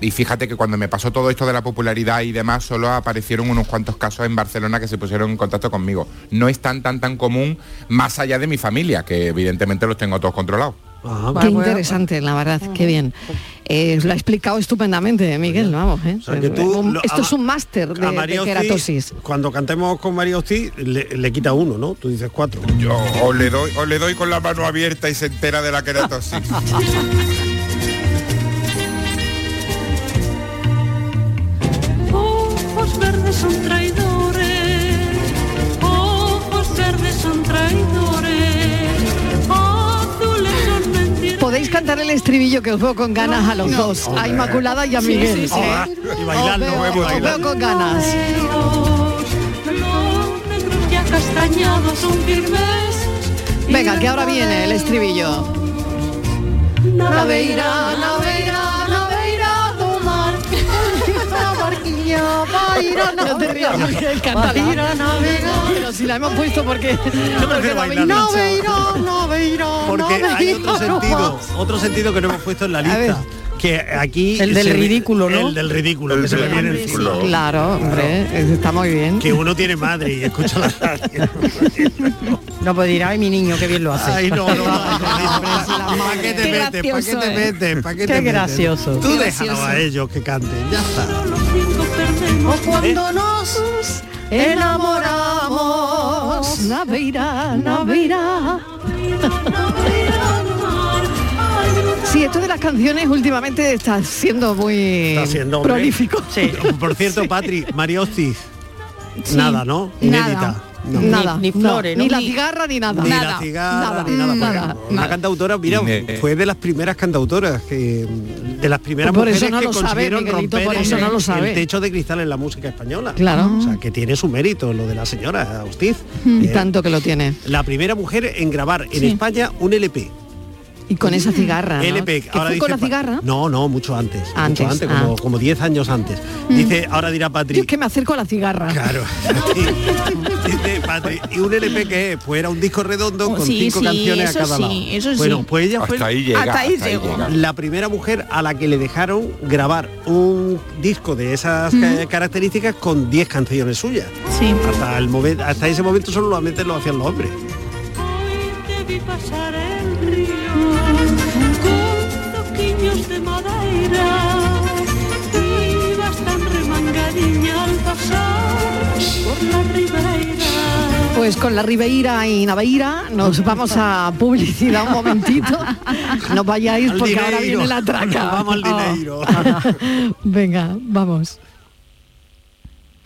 S9: y fíjate que cuando me pasó todo esto de la popularidad y demás, solo aparecieron unos cuantos casos en Barcelona que se pusieron en contacto conmigo. No es tan, tan, tan común, más allá de mi familia, que evidentemente los tengo todos controlados.
S7: Ah,
S6: Qué interesante, la verdad, qué bien. Eh, lo ha explicado estupendamente, Miguel, vamos. ¿eh?
S7: sea, que tú
S6: Un-
S7: lo-
S6: Esto
S7: a-
S6: es un máster de,
S7: A
S6: de
S7: María Ortiz,
S6: queratosis.
S7: cuando cantemos con María Ortiz, le, le quita uno, ¿no? Tú dices cuatro.
S9: Yo o le doy, o le doy con la mano abierta y se entera de la queratosis.
S16: Ojos verdes son traidores, ojos verdes son traidores, azules son mentiras.
S6: Podéis cantar el estribillo que os veo con ganas a los dos, a Inmaculada y a
S16: Sí,
S6: Miguel.
S16: sí, sí.
S7: Y
S6: bailarlo,
S16: ¿eh? Os veo-
S6: y bailarlo.
S16: os veo con ganas. Los negros ya castañados son firmes.
S6: Venga, que ahora viene el estribillo.
S16: Naveira, naveira, naveira do mar. Una barquilla va a ir a
S6: No te rías, Miguel, cántala.
S16: Naveira, naveira.
S6: Pero si la hemos puesto porque... porque la
S7: bailarla.
S6: veis-
S16: naveira,
S7: Porque hay otro sentido, otro sentido que no hemos puesto en la lista. Que aquí...
S10: El del
S7: se ve-
S10: ridículo, ¿no?
S7: El del ridículo, que se me viene el culo.
S6: Claro, hombre, está muy bien.
S7: Que uno tiene madre y escucha la radio.
S10: No, pues dirá, ay, mi niño, qué bien lo hace.
S7: Ay, no, no,
S10: ¿Para
S7: Ah, qué te metes? ¿Para qué te metes? ¿Para qué te
S10: eh. Qué
S7: metes?
S10: gracioso.
S7: Tú
S10: Qué
S7: déjalo
S10: gracioso.
S7: a ellos que canten, ya está.
S16: O
S6: ¿Eh?
S16: cuando nos enamoramos.
S6: Naveira, naveira. Sí, esto de las canciones últimamente está siendo muy
S7: Está siendo hombre.
S6: prolífico.
S7: Por cierto, Patri, María Ortiz,
S6: Sí.
S7: nada, ¿no?
S6: Nada.
S7: Inédita. No.
S6: Nada,
S7: Ni- ni
S6: no,
S7: flores, ¿no?
S6: ni la
S7: Ni-
S6: cigarra ni nada.
S7: Ni
S6: Nada,
S7: la cigarra,
S6: nada,
S7: ni nada. porque
S6: nada.
S7: Una cantautora, mira, fue de las primeras cantautoras, que, de las primeras
S6: Por
S7: mujeres
S6: eso no
S7: que
S6: lo sabe,
S7: consiguieron
S6: Miguelito,
S7: romper
S6: por eso
S7: el,
S6: no lo sabe.
S7: el techo de cristal en la música española.
S6: Claro.
S7: O sea, que tiene su mérito lo de la señora Ortiz.
S6: Y
S7: Eh,
S6: tanto que lo tiene.
S7: la primera mujer en grabar en
S6: Sí.
S7: España un LP.
S6: Y con esa cigarra. ¿no?
S7: LP,
S6: ¿Que
S7: ahora
S6: fue con la
S7: dice pa-
S6: cigarra?
S7: No, no, mucho antes.
S6: Antes,
S7: mucho antes,
S6: ah.
S7: como- como 10 años antes.
S6: Mm.
S7: Dice, ahora
S6: Yo
S7: dirá
S6: es
S7: Patrick.
S6: que me acerco a la cigarra.
S7: Claro. Dice Patrick, ¿y un LP que es? Pues era un disco redondo con
S8: Sí,
S7: cinco
S8: sí,
S7: canciones
S8: eso
S7: a cada
S8: sí,
S7: lado.
S8: eso sí.
S7: Bueno, pues ella fue
S9: Hasta ahí llega, Hasta ahí hasta ahí llegó. llega.
S7: la primera mujer a la que le dejaron grabar un disco de esas ca- características con 10 canciones suyas.
S8: Sí.
S7: Hasta, el momen- hasta ese momento solamente lo hacían los hombres.
S16: Te vi pasar el río con toquiños de madera. Ibas tan remangadiña al pasar por la ribera.
S6: Pues con la Ribeira y Naveira nos vamos a publicidad un momentito. No vayáis
S16: Al
S6: porque ahora
S16: dineiro.
S6: viene la traca.
S16: Nos vamos al
S6: Ah.
S16: dineiro.
S6: Venga, vamos.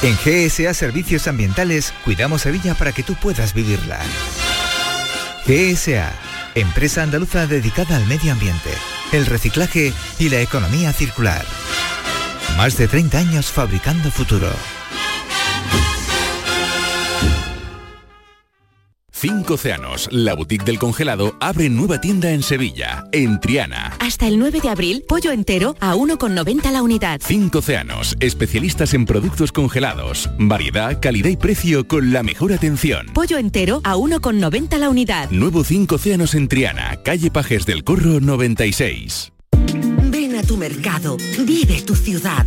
S17: En GSA Servicios Ambientales cuidamos Sevilla para que tú puedas vivirla. GSA, empresa andaluza dedicada al medio ambiente, el reciclaje y la economía circular. Más de 30 años fabricando futuro.
S14: Cinco Océanos, la boutique del congelado, abre nueva tienda en Sevilla, en Triana.
S15: Hasta el 9 de abril, pollo entero a 1,90 la unidad.
S14: Cinco Océanos, especialistas en productos congelados, variedad, calidad y precio con la mejor atención.
S15: Pollo entero a 1,90 la unidad.
S14: Nuevo Cinco Océanos en Triana, calle Pajes del Corro 96.
S18: Ven a tu mercado, vive tu ciudad.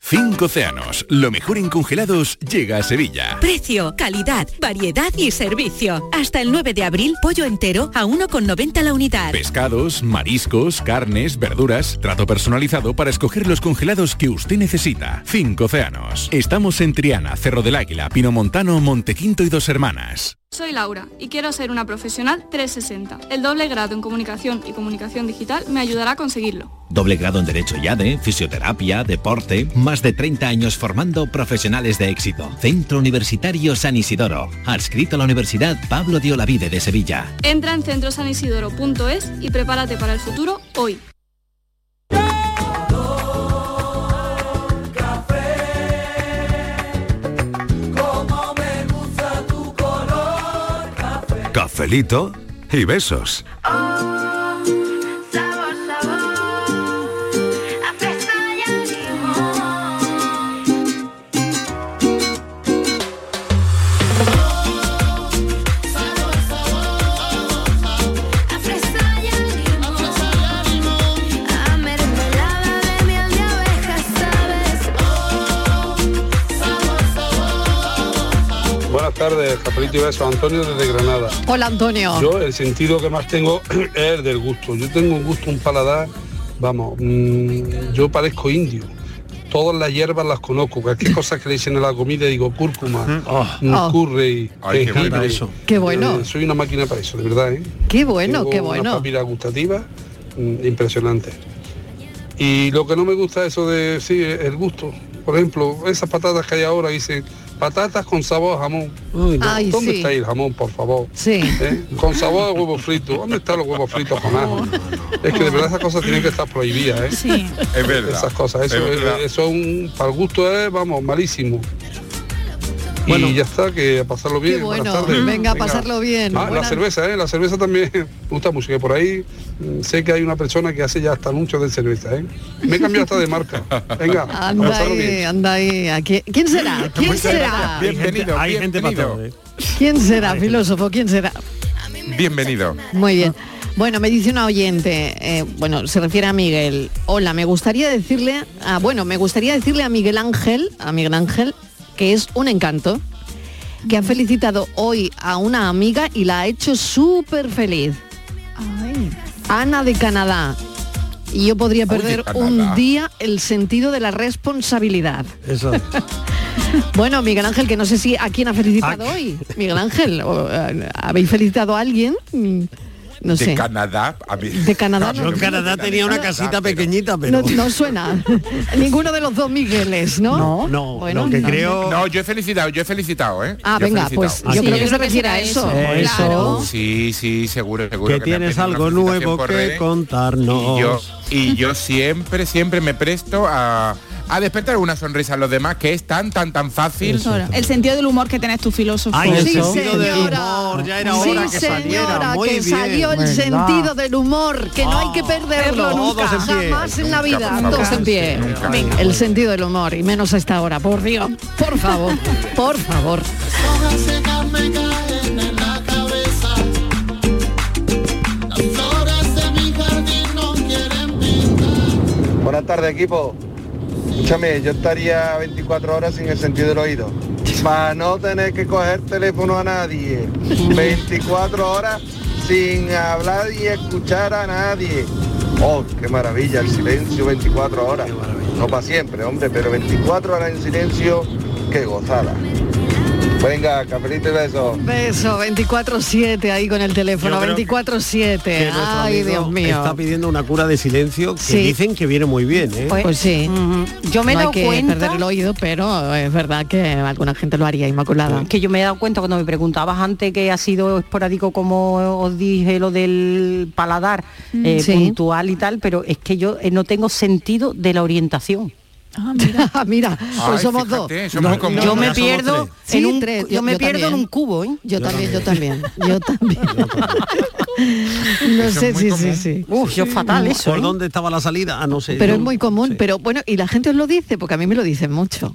S14: Cinco Océanos, lo mejor en congelados llega a Sevilla.
S15: Precio, calidad, variedad y servicio. Hasta el 9 de abril, pollo entero a 1,90 la unidad.
S14: Pescados, mariscos, carnes, verduras, trato personalizado para escoger los congelados que usted necesita. Cinco Océanos. Estamos en Triana, Cerro del Águila, Pinomontano, Montequinto y Dos Hermanas.
S19: Soy Laura y quiero ser una profesional 360. El doble grado en comunicación y comunicación digital me ayudará a conseguirlo.
S20: Doble grado en Derecho YADE, Fisioterapia, Deporte. Más de 30 años formando profesionales de éxito. Centro Universitario San Isidoro. Adscrito a la Universidad Pablo de Olavide de Sevilla.
S19: Entra en centrosanisidoro.es y prepárate para el futuro hoy.
S16: Como me gusta tu color café.
S3: Cafelito y besos.
S16: Sabor, sabor. A fresa y a limón. Sabor, sabor. A fresa y a limón. A mermelada de miel de abeja, ¿sabes? Oh, sabor,
S21: Buenas tardes, Cafelito y Besos, Antonio desde Granada.
S6: Hola Antonio.
S21: Yo el sentido que más tengo es el del gusto. Yo tengo un gusto, un paladar Vamos, mm, yo parezco indio. Todas las hierbas las conozco. Cualquier cosa que le dicen a la comida, digo cúrcuma, mm,
S6: Oh.
S21: curry,
S6: Ay, qué bueno.
S21: jengibre.
S6: Qué bueno.
S21: Eh, soy una máquina para eso, de verdad. ¿eh?
S6: Qué bueno,
S21: Tengo
S6: qué
S21: Una
S6: bueno.
S21: papila gustativa mm, impresionante. Y lo que no me gusta eso de, sí, e-, el gusto. Por ejemplo, esas patatas que hay ahora dicen patatas con sabor a jamón.
S6: no. Ay,
S21: ¿Dónde
S6: sí.
S21: está el jamón, por favor?
S6: Sí.
S21: ¿Eh? Con sabor a huevo frito. ¿Dónde están los huevos fritos con ajo?
S6: Oh.
S21: Es que de verdad esas cosas tienen que estar prohibidas, ¿eh?
S16: Sí.
S21: Es verdad. Esas cosas. Eso
S1: Es
S21: es,
S1: verdad.
S21: eso es un, para el gusto es, vamos, malísimo. y ya está, que a pasarlo bien.
S6: Qué
S21: Buenas
S6: bueno,
S21: tardes.
S6: venga, a pasarlo bien.
S21: Ah, la
S6: Buenas-
S21: cerveza, ¿eh? La cerveza también me gusta mucho, que por ahí mm, sé que hay una persona que hace ya hasta anuncios de cerveza, ¿eh? Me he cambiado hasta de marca. Venga, a
S6: Anda
S21: pasarlo bien.
S6: ahí, anda ahí. ¿A quién, quién será? ¿Quién
S21: Muchas
S6: será?
S21: gracias.
S1: Bienvenido,
S21: Hay gente- hay gente para ¿eh?
S1: bienvenido.
S6: ¿Quién será, filósofo? ¿Quién será?
S1: Bienvenido.
S6: Muy bien. Bueno, me dice una oyente, eh, bueno, se refiere a Miguel. Hola, me gustaría decirle, ah, bueno, me gustaría decirle a Miguel Ángel, a Miguel Ángel, que es un encanto, que ha felicitado hoy a una amiga y la ha hecho súper feliz. Ana de Canadá. Y yo podría
S7: Uy, de
S6: perder
S7: Canadá.
S6: un día el sentido de la responsabilidad.
S7: Eso.
S6: Bueno, Miguel Ángel, que no sé si a quién ha felicitado
S1: Ah.
S6: hoy. Miguel Ángel, o, eh, ¿habéis felicitado a alguien? Mm, No
S1: de
S6: sé.
S1: Canadá. A mí, Ah,
S6: De Ah, Canadá
S1: Yo
S6: no.
S1: en Canadá tenía una
S9: ah,
S1: casita
S7: pequeñita,
S6: No, no suena. Ninguno de los dos Migueles, ¿no? No, no.
S1: lo que creo... No, yo he felicitado, yo he felicitado, ¿eh?
S6: Ah,
S1: Yo he
S6: venga,
S1: felicitado.
S6: pues yo creo que se refiere a eso.
S7: Eso.
S6: Claro.
S1: Sí, sí, seguro, seguro.
S7: que
S1: me han
S7: tienes
S1: pedido una
S7: algo
S1: felicitación
S7: nuevo
S1: por
S7: que
S1: redes.
S7: contarnos.
S1: Y yo, y yo siempre, siempre me presto a, a despertar una sonrisa a los demás, que es tan, tan, tan fácil.
S8: El sentido del humor que tenés tu filósofo.
S1: Ay, el Sí,
S7: sentido del
S1: señora.
S7: humor, ya era hora que saliera.
S6: Señora,
S7: Muy
S6: que
S7: bien.
S6: salió el
S7: Verdad.
S6: sentido del humor, que no hay que perderlo
S7: Todos
S6: nunca,
S7: en pie.
S6: jamás Ah, en la
S7: Nunca,
S6: vida,
S7: por favor.
S6: todos en pie.
S7: Sí, nunca.
S6: Venga. El sentido del humor, y menos a esta hora, por Dios, por favor, por favor.
S16: hojas secas me caen en la cabeza. Las flores de mi jardín no quieren
S4: Buenas tardes, equipo. Escúchame, yo estaría 24 horas sin el sentido del oído. Para no tener que coger teléfono a nadie. 24 horas sin hablar y escuchar a nadie. Oh, qué maravilla, el silencio 24 horas. No para siempre, hombre, pero 24 horas en silencio, qué gozada. Venga, cafelito y besos.
S6: Beso, 24-7 ahí con el teléfono,
S7: Yo creo que- que
S6: 24-7.
S7: nuestro
S6: Ay,
S7: amigo
S6: Dios mío.
S7: Está pidiendo una cura de silencio que
S6: Sí.
S7: dicen que viene muy bien, ¿eh?
S6: Pues, sí.
S5: Yo me he
S6: no hay
S5: dado
S6: que
S5: cuenta-
S6: perder el oído, pero eh, es verdad que alguna gente lo haría inmaculada.
S5: Que yo me he dado cuenta cuando me preguntabas antes que ha sido esporádico como os dije lo del paladar
S6: Mm.
S5: eh,
S6: Sí.
S5: puntual y tal, pero es que yo eh, no tengo sentido de la orientación. Ah,
S6: mira, pues
S5: Ay,
S6: somos
S5: fíjate,
S6: dos.
S5: somos No, comunes.
S6: yo
S5: yo me
S6: me
S5: somos pierdo
S6: pierdo
S5: tres. en un- yo me pierdo en un cubo, ¿eh?
S6: Yo,
S5: Yo
S6: también, yo también, yo también. no sé, sí, sí, sí.
S7: Uh,
S6: Sí.
S7: ¿Por dónde estaba la salida? Ah, no sé.
S6: Pero
S7: Yo-
S6: es muy común, pero bueno, y la gente os lo dice, porque a mí me lo dicen mucho.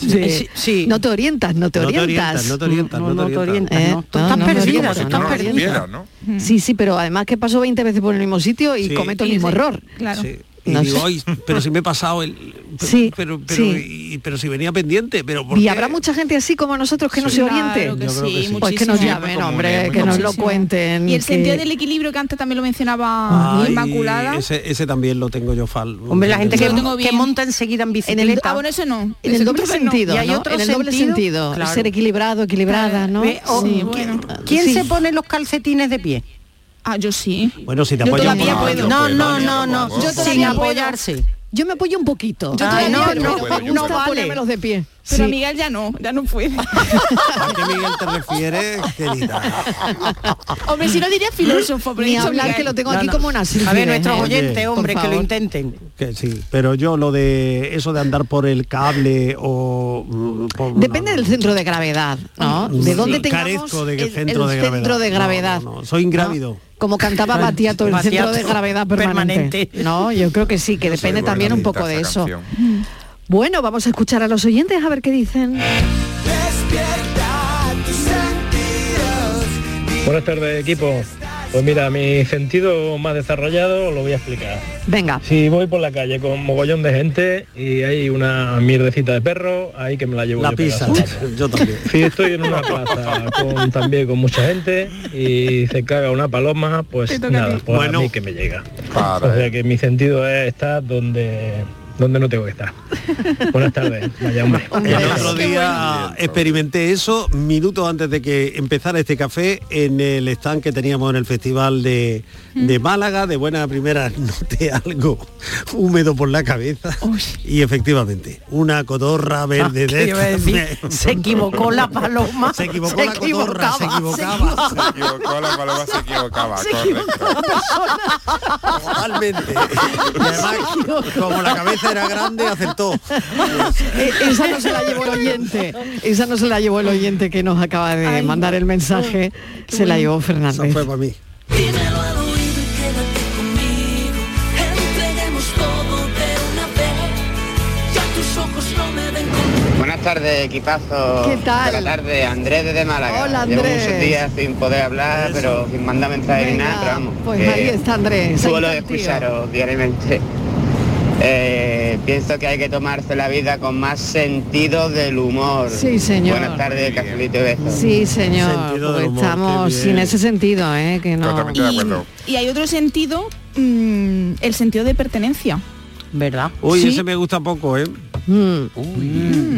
S6: De, No te orientas, no te
S7: No te
S6: orientas.
S7: orientas, no te orientas, No, no no te te orientas. orientas,
S6: Eh,
S7: no. Tú estás
S6: me
S7: perdida,
S6: oriento,
S7: como si tú no supieras, ¿no?
S5: Mm.
S6: Sí, sí, pero además que paso 20 veces por el mismo sitio y
S7: Sí.
S6: cometo el
S7: Sí,
S6: mismo
S7: sí.
S6: error.
S7: Sí. Y
S6: No
S7: digo,
S6: sé.
S7: "Ay, pero si me he pasado el... Pero,
S6: Sí,
S7: pero, pero,
S6: sí.
S7: y- pero si venía pendiente, pero ¿por
S6: Y
S7: qué?
S6: habrá mucha gente así como nosotros que no
S7: Sí.
S6: se
S7: Claro
S6: oriente.
S7: que Yo creo sí, que sí.
S6: Pues que nos
S7: muchísimo.
S6: llamen,
S7: Muy común,
S6: hombre,
S7: muy
S6: que nos lo
S7: común.
S6: cuenten.
S8: Y el
S6: que-
S8: sentido del equilibrio que antes también lo mencionaba
S7: Ay,
S8: Inmaculada.
S7: Ese, ese también lo tengo yo fal.
S5: Hombre, la gente que, que monta enseguida en
S8: En
S5: bicicleta.
S8: el, ah, bueno, eso no.
S6: En el doble sentido,
S5: Y hay
S6: ¿no?
S5: otro
S6: en el doble sentido,
S5: claro.
S6: ser equilibrado, equilibrada, ¿no?
S5: Ve,
S10: oh,
S5: o-
S6: Sí.
S5: ¿quién- ¿Quién
S6: Sí.
S5: se pone los calcetines de pie?
S8: Ah, yo sí.
S7: Bueno, si te
S5: Yo
S7: apoyas
S5: todavía
S7: por-
S5: puedo. No, no, no, no. Yo Sin todavía puedo. apoyarse.
S6: Yo me apoyo un poquito.
S8: Yo
S5: Ay,
S8: todavía
S5: no,
S8: no,
S5: no,
S8: no,
S5: puedo, yo
S8: no
S5: puedo.
S8: vale.
S6: Ponérmelos de pie.
S8: Pero
S6: Sí.
S8: Miguel ya no, ya no puede.
S7: ¿A qué Miguel te refieres, querida?
S8: Hombre, si no diría filósofo, pero he
S6: Ni
S8: dicho
S6: hablar
S8: Miguel.
S6: que lo tengo aquí como una
S5: A ver, nuestros
S7: ¿eh?
S5: oyentes,
S7: Oye,
S5: hombre,
S7: por
S5: que lo
S7: favor.
S5: intenten.
S7: Que sí, pero yo lo de eso de andar por el cable o mm, por una-
S6: Depende del centro de gravedad, ¿no? De
S7: Mm,
S6: dónde tengamos
S7: carezco de
S6: el, el
S7: centro de
S6: centro de gravedad.
S7: gravedad. No, no, no, soy ingrávido.
S6: Como cantaba Batiato, el centro
S5: Batiato
S6: de gravedad permanente.
S5: permanente.
S6: No, yo creo que sí, que depende
S5: buena
S6: también un poco de
S5: pinta esa
S6: eso. Bueno, vamos a escuchar a los oyentes a ver qué dicen.
S9: Buenas tardes, equipo.
S22: Pues mira, mi sentido más desarrollado lo voy a explicar.
S6: Venga.
S22: Si voy por la calle con mogollón de gente y hay una mierdecita de perro, ahí que me la llevo
S7: La
S22: yo
S7: pizza,
S22: pedazo, vamos.
S7: yo también.
S22: Si estoy en una plaza con, también con mucha gente y se caga una paloma,
S7: Te
S22: pues
S7: toca a
S22: nada,
S7: ti.
S22: pues
S7: Bueno.
S22: a mí que me llega. O sea que mi sentido es estar donde, donde no tengo que estar. Buenas tardes, vaya hombre.
S7: El otro día experimenté eso minutos antes de que empezara este café en el stand que teníamos en el festival de, de Málaga, de buena primera noté algo húmedo por la cabeza y efectivamente una cotorra verde
S10: Ah, ¿qué
S7: de
S10: iba a
S7: estas
S10: decir?
S7: me-
S10: Se equivocó la paloma.
S7: Se equivocó la cotorra, se equivocaba.
S9: Se equivocó, la paloma se equivocaba.
S10: Se
S9: correcto.
S7: Totalmente. Y además, como la cabeza era grande, acertó.
S6: E- Esa no se la llevó el oyente. Esa no se la llevó el oyente que nos acaba de mandar el mensaje. Se la llevó Fernández.
S7: Eso fue para mí.
S16: Quédate conmigo, entreguemos todo de una vez. Ya tus ojos no me ven
S1: Buenas tardes, equipazo. ¿Qué tal? Buenas tardes, Andrés desde Málaga. Hola, Llevo Andrés. muchos días sin poder hablar, pero sin mandar mensajes ni
S6: Venga,
S1: nada, pero vamos.
S6: pues
S1: que
S6: ahí está Andrés, ahí
S1: Suelo
S6: está el tío.
S1: escucharos diariamente. Eh, pienso que hay que tomarse la vida con más sentido del humor.
S6: Sí, señor.
S1: Buenas tardes, Cafelito y besos.
S6: Sí, señor.
S1: Sentido
S6: pues
S1: del humor,
S6: estamos
S1: qué bien.
S6: sin ese sentido, ¿eh? Que no.
S1: Totalmente de acuerdo.
S8: Y hay otro sentido, mm, el sentido de pertenencia.
S10: ¿Verdad? Mm.
S7: Uy,
S8: Sí.
S7: ese me gusta poco, ¿eh? Uy.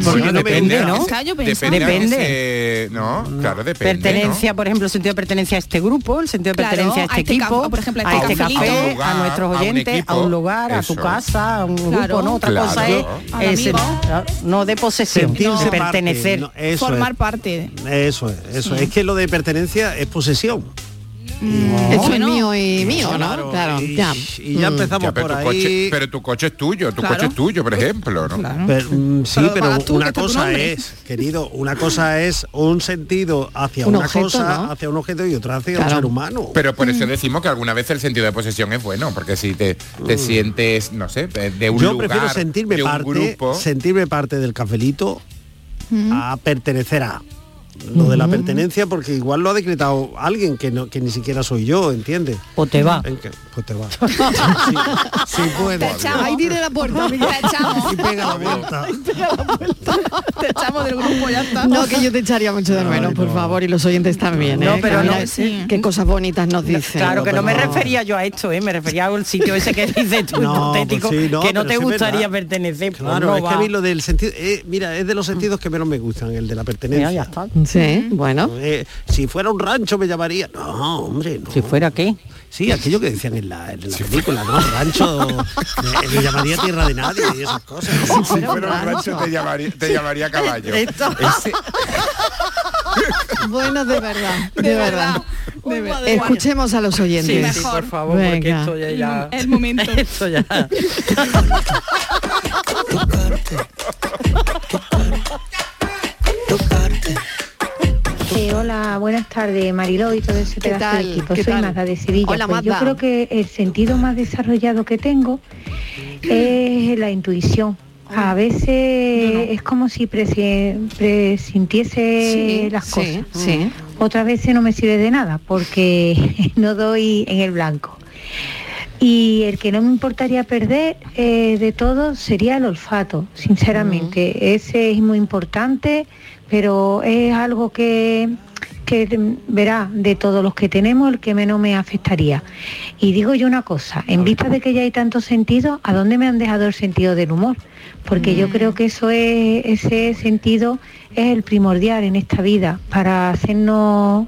S9: Porque
S7: no me
S9: depende,
S7: gusta.
S9: ¿no?
S8: Es que yo pensaba-
S9: Depende.
S10: Depende.
S9: de ese- no, claro, depende.
S10: pertenencia, por ejemplo, el sentido de pertenencia a este grupo, el sentido de
S8: Claro,
S10: pertenencia a este,
S8: a este
S10: equipo,
S8: campo, por ejemplo, a
S10: a
S8: este
S10: este
S8: cafelito.
S10: café,
S8: A
S10: a,
S8: un lugar,
S9: a
S10: nuestros
S9: un
S10: oyentes, a un,
S9: equipo.
S10: lugar, a tu
S9: Eso.
S10: casa, a un
S9: Claro.
S10: grupo, ¿no? Otra
S9: Claro.
S10: cosa es,
S9: Al
S10: es el-
S9: amigo.
S10: no de posesión, sino
S7: Sentirse parte,
S10: pertenecer.
S7: no, eso Formar es.
S8: parte.
S7: Eso es, eso es. Es que lo de pertenencia es posesión.
S6: Eso es mío y mío, ¿no?
S7: Claro,
S6: Claro,
S7: y-
S6: ya.
S7: y ya empezamos
S9: Ya, pero,
S7: por
S9: tu
S7: ahí.
S9: coche, pero tu coche es tuyo, tu
S7: Claro.
S9: coche es tuyo, por ejemplo, ¿no?
S7: Pero, mm, sí,
S9: Pero lo
S7: pero
S9: pagas tú, que
S7: una
S9: está tu
S7: cosa
S9: nombre.
S7: es, querido, una cosa es un sentido hacia
S9: Un
S7: una
S9: objeto,
S7: cosa,
S9: ¿no?
S7: hacia un objeto y otra hacia un ser humano.
S9: Pero por eso decimos que alguna vez el sentido de posesión es bueno, porque si te, te
S7: Mm.
S9: sientes, no sé, de de un
S7: Yo
S9: lugar,
S7: prefiero sentirme
S9: de un
S7: parte,
S9: grupo.
S7: sentirme parte del cafelito a pertenecer a lo de la pertenencia porque igual lo ha decretado alguien que no que ni siquiera soy yo, ¿entiendes?
S10: O te va.
S7: En que- Pues te va.
S6: Sí,
S7: puedo.
S6: Ahí tiene la puerta, Miguel.
S7: Te echamos. Y pega la vuelta.
S8: Te echamos del grupo, ya está.
S6: No, que yo te echaría mucho de menos, por favor, y los oyentes también.
S10: No,
S6: ¿eh?
S10: pero
S6: Que
S10: no-
S6: mira, Qué cosas bonitas nos dicen.
S10: Claro que no me refería yo a esto, ¿eh? me refería al sitio ese que dices tú
S7: No,
S10: hipotético,
S7: pues sí, no,
S10: que no
S7: pero
S10: te
S7: sí es
S10: gustaría
S7: verdad.
S10: pertenecer. pues
S7: Claro,
S10: no
S7: es que
S10: va.
S7: a mí lo del sentido, eh, mira, es de los sentidos que menos me gustan, el de la pertenencia. Eh,
S10: Mira, ya está.
S6: Sí, bueno.
S7: si fuera un rancho me llamaría. No, hombre, no.
S10: Si fuera qué.
S7: Sí, aquello que decían en la, en la película, ¿no? Rancho me, me llamaría tierra de nadie y esas cosas.
S9: Si fuera un rancho te llamaría, te llamaría caballo.
S7: Esto-
S9: Ese-
S6: Bueno, de verdad, de, verdad. de verdad. Escuchemos a los oyentes.
S10: Sí, por favor, porque
S6: Venga.
S10: esto ya, ya-
S8: El momento.
S10: esto ya.
S23: Sí, Eh, hola, buenas tardes, Mariló y todo ese
S6: ¿Qué
S23: pedazo
S6: tal?
S23: de equipo.
S6: ¿Qué
S23: Soy
S6: tal?
S23: Magda de Sevilla.
S6: Hola,
S23: Pues Yo
S6: Magda.
S23: creo que el sentido más desarrollado que tengo es la intuición.
S6: Ah.
S23: A veces es como si presi- presintiese
S6: Sí,
S23: las
S6: sí,
S23: cosas.
S6: sí.
S23: Otras veces no me sirve de nada porque no doy en el blanco. Y el que no me importaría perder eh, de todo sería el olfato, sinceramente. Ese es muy importante, pero es algo que, que mm, verá de todos los que tenemos el que menos me afectaría. Y digo yo una cosa, en vista de que ya hay tantos sentidos, ¿a dónde me han dejado el sentido del humor? Porque yo creo que eso es, ese sentido es el primordial en esta vida para hacernos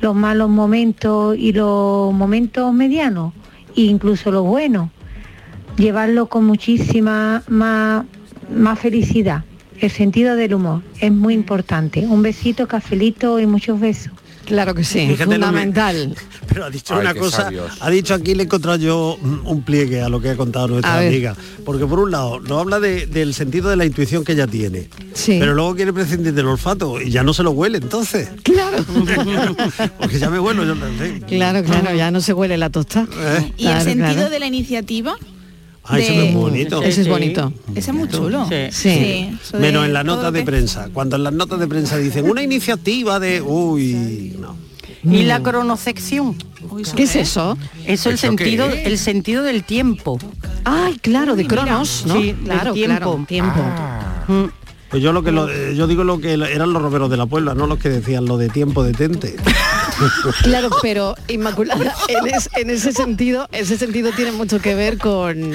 S23: los malos momentos y los momentos medianos e incluso los buenos. Llevarlo con muchísima más, más felicidad. El sentido del humor es muy importante. Un besito, cafelito y muchos besos.
S6: Claro que sí,
S7: Fíjate lo que-
S6: fundamental.
S7: Pero ha dicho
S23: Ay,
S7: una
S23: qué
S7: cosa,
S23: sabios.
S7: ha dicho aquí le he encontrado yo mm, un pliegue a lo que ha contado
S6: A
S7: nuestra
S6: ver.
S7: amiga. Porque por un lado, nos habla de- del sentido de la intuición que ella tiene.
S6: Sí.
S7: Pero luego quiere prescindir del olfato y ya no se lo huele entonces.
S6: Claro.
S7: Porque ya me huelo yo. no sé.
S6: Claro, claro, ya no se huele la tosta.
S7: ¿Eh?
S8: Y el sentido de la iniciativa.
S7: Ah, eso
S8: de-
S7: es muy bonito.
S6: Ese es bonito.
S8: Ese es muy chulo.
S7: Sí.
S8: eso de
S7: Menos en la
S8: todo
S7: nota
S8: lo
S7: de
S8: que-
S7: prensa. Cuando en las notas de prensa dicen una iniciativa de. Uy, no.
S10: y la cronosección.
S6: ¿Qué es
S10: Eso
S6: eso?
S10: el
S6: ¿Eso qué
S10: sentido,
S6: es?
S10: el sentido del tiempo.
S6: Ay, claro, de Cronos, ¿no?
S10: Sí, claro,
S6: claro,
S10: tiempo.
S6: claro, tiempo.
S7: Pues yo lo que lo- eh, yo digo lo que eran los romeros de la Puebla, no los que decían lo de tiempo detente.
S6: Claro, pero Inmaculada, en, es- en ese sentido, ese sentido tiene mucho que ver con,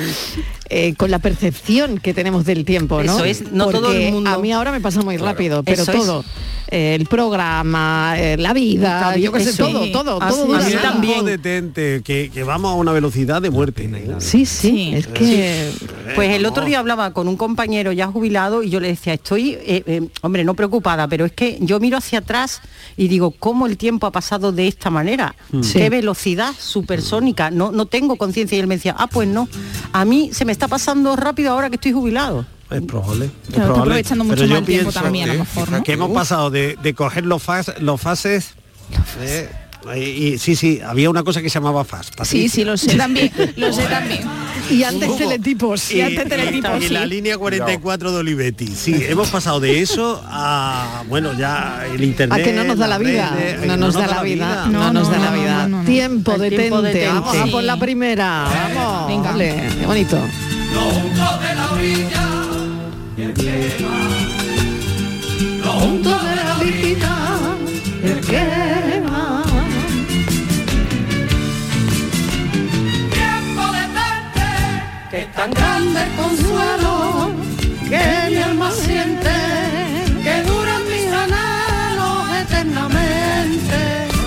S6: eh, con la percepción que tenemos del tiempo, ¿no?
S10: Eso es, no
S6: Porque
S10: todo el mundo-
S6: A mí ahora me pasa muy
S10: Claro.
S6: rápido, pero
S10: Eso es.
S6: todo. eh, el programa, eh, la vida,
S10: La vida,
S6: yo qué sé,
S10: eso.
S6: todo, todo,
S10: Así
S6: todo.
S10: es.
S6: dura
S10: A mí
S6: nada.
S10: también.
S7: Detente, que, que vamos a una velocidad de muerte.
S6: Sí, sí, es que...
S10: Pues el otro día hablaba con un compañero ya jubilado y yo le decía, estoy, eh, eh, hombre, no preocupada, pero es que yo miro hacia atrás y digo, ¿cómo el tiempo ha pasado de esta manera?
S6: Mm.
S10: ¿Qué
S6: Sí.
S10: velocidad supersónica? No, no tengo conciencia. Y él me decía, ah, pues no, a mí se me está pasando rápido ahora que estoy jubilado.
S7: Es probable. es
S10: Claro, está
S7: probable.
S10: aprovechando mucho
S7: Pero yo
S10: más el tiempo
S7: pienso
S10: también, a lo
S7: que-
S10: mejor, ¿no?
S7: Que hemos pasado de, de coger los, fas- los fases... eh, y, y- sí, sí, había una cosa que se llamaba fas.
S8: Sí,
S7: Patricia.
S8: sí, lo sé también, lo sé también.
S6: Y antes teletipos.
S8: Y antes teletipos,
S7: y
S8: sí.
S7: la línea 44 de Olivetti. Sí, hemos pasado de eso a, bueno, ya el internet.
S6: A Ah, que no nos da la
S7: las
S6: vida,
S7: redes, eh,
S6: no nos da la vida,
S7: Ah,
S6: no nos da la vida. Tiempo
S7: El
S6: detente,
S7: tiempo detente.
S6: vamos a
S7: Sí.
S6: por la primera, vamos.
S7: Venga.
S6: Ole, qué bonito.
S16: Los juntos de la orilla el tema. Los juntos de la orilla el tema. Tiempo de verte, que es tan grande el consuelo que mi alma siente, que duran mis anhelos eternamente.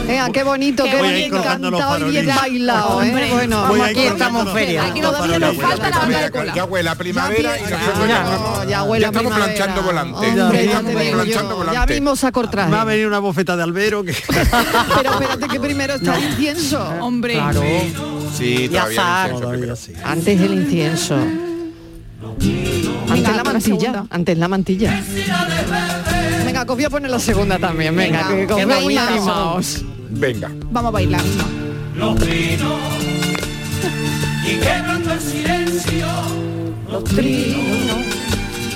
S6: Venga, qué bonito, qué,
S16: Qué bonito.
S6: bonito,
S16: Colgando los
S6: cantado y bien
S16: farolitos.
S6: bailado, ¿eh?
S16: Hombre.
S6: Bueno,
S16: Voy ahí colgando los farolitos. Aquí todavía nos falta la banda de cola.
S9: Ya huele a primavera y ya, huele a-
S6: ya huele
S9: ya
S6: a
S9: estamos
S6: primavera.
S9: planchando volante.
S6: Hombre,
S9: Ya
S6: ya
S9: estamos
S6: te digo
S9: planchando
S6: yo, ya
S9: volante.
S6: vimos a Cortraje.
S7: Va a venir una bofeta de albero que
S6: Pero espérate que primero está el incienso. Hombre.
S9: Sí,
S6: Y
S9: todavía
S6: azar.
S9: Vincenzo, pero-
S6: Antes el incienso. Antes la mantilla. Antes la mantilla. Venga, que os voy a poner la segunda también. Venga,
S8: Venga,
S6: que os
S8: qué
S6: veo muy
S8: bonitas son.
S6: animados.
S9: Venga.
S8: Vamos a bailar.
S16: los trinos y quebrando el silencio los trinos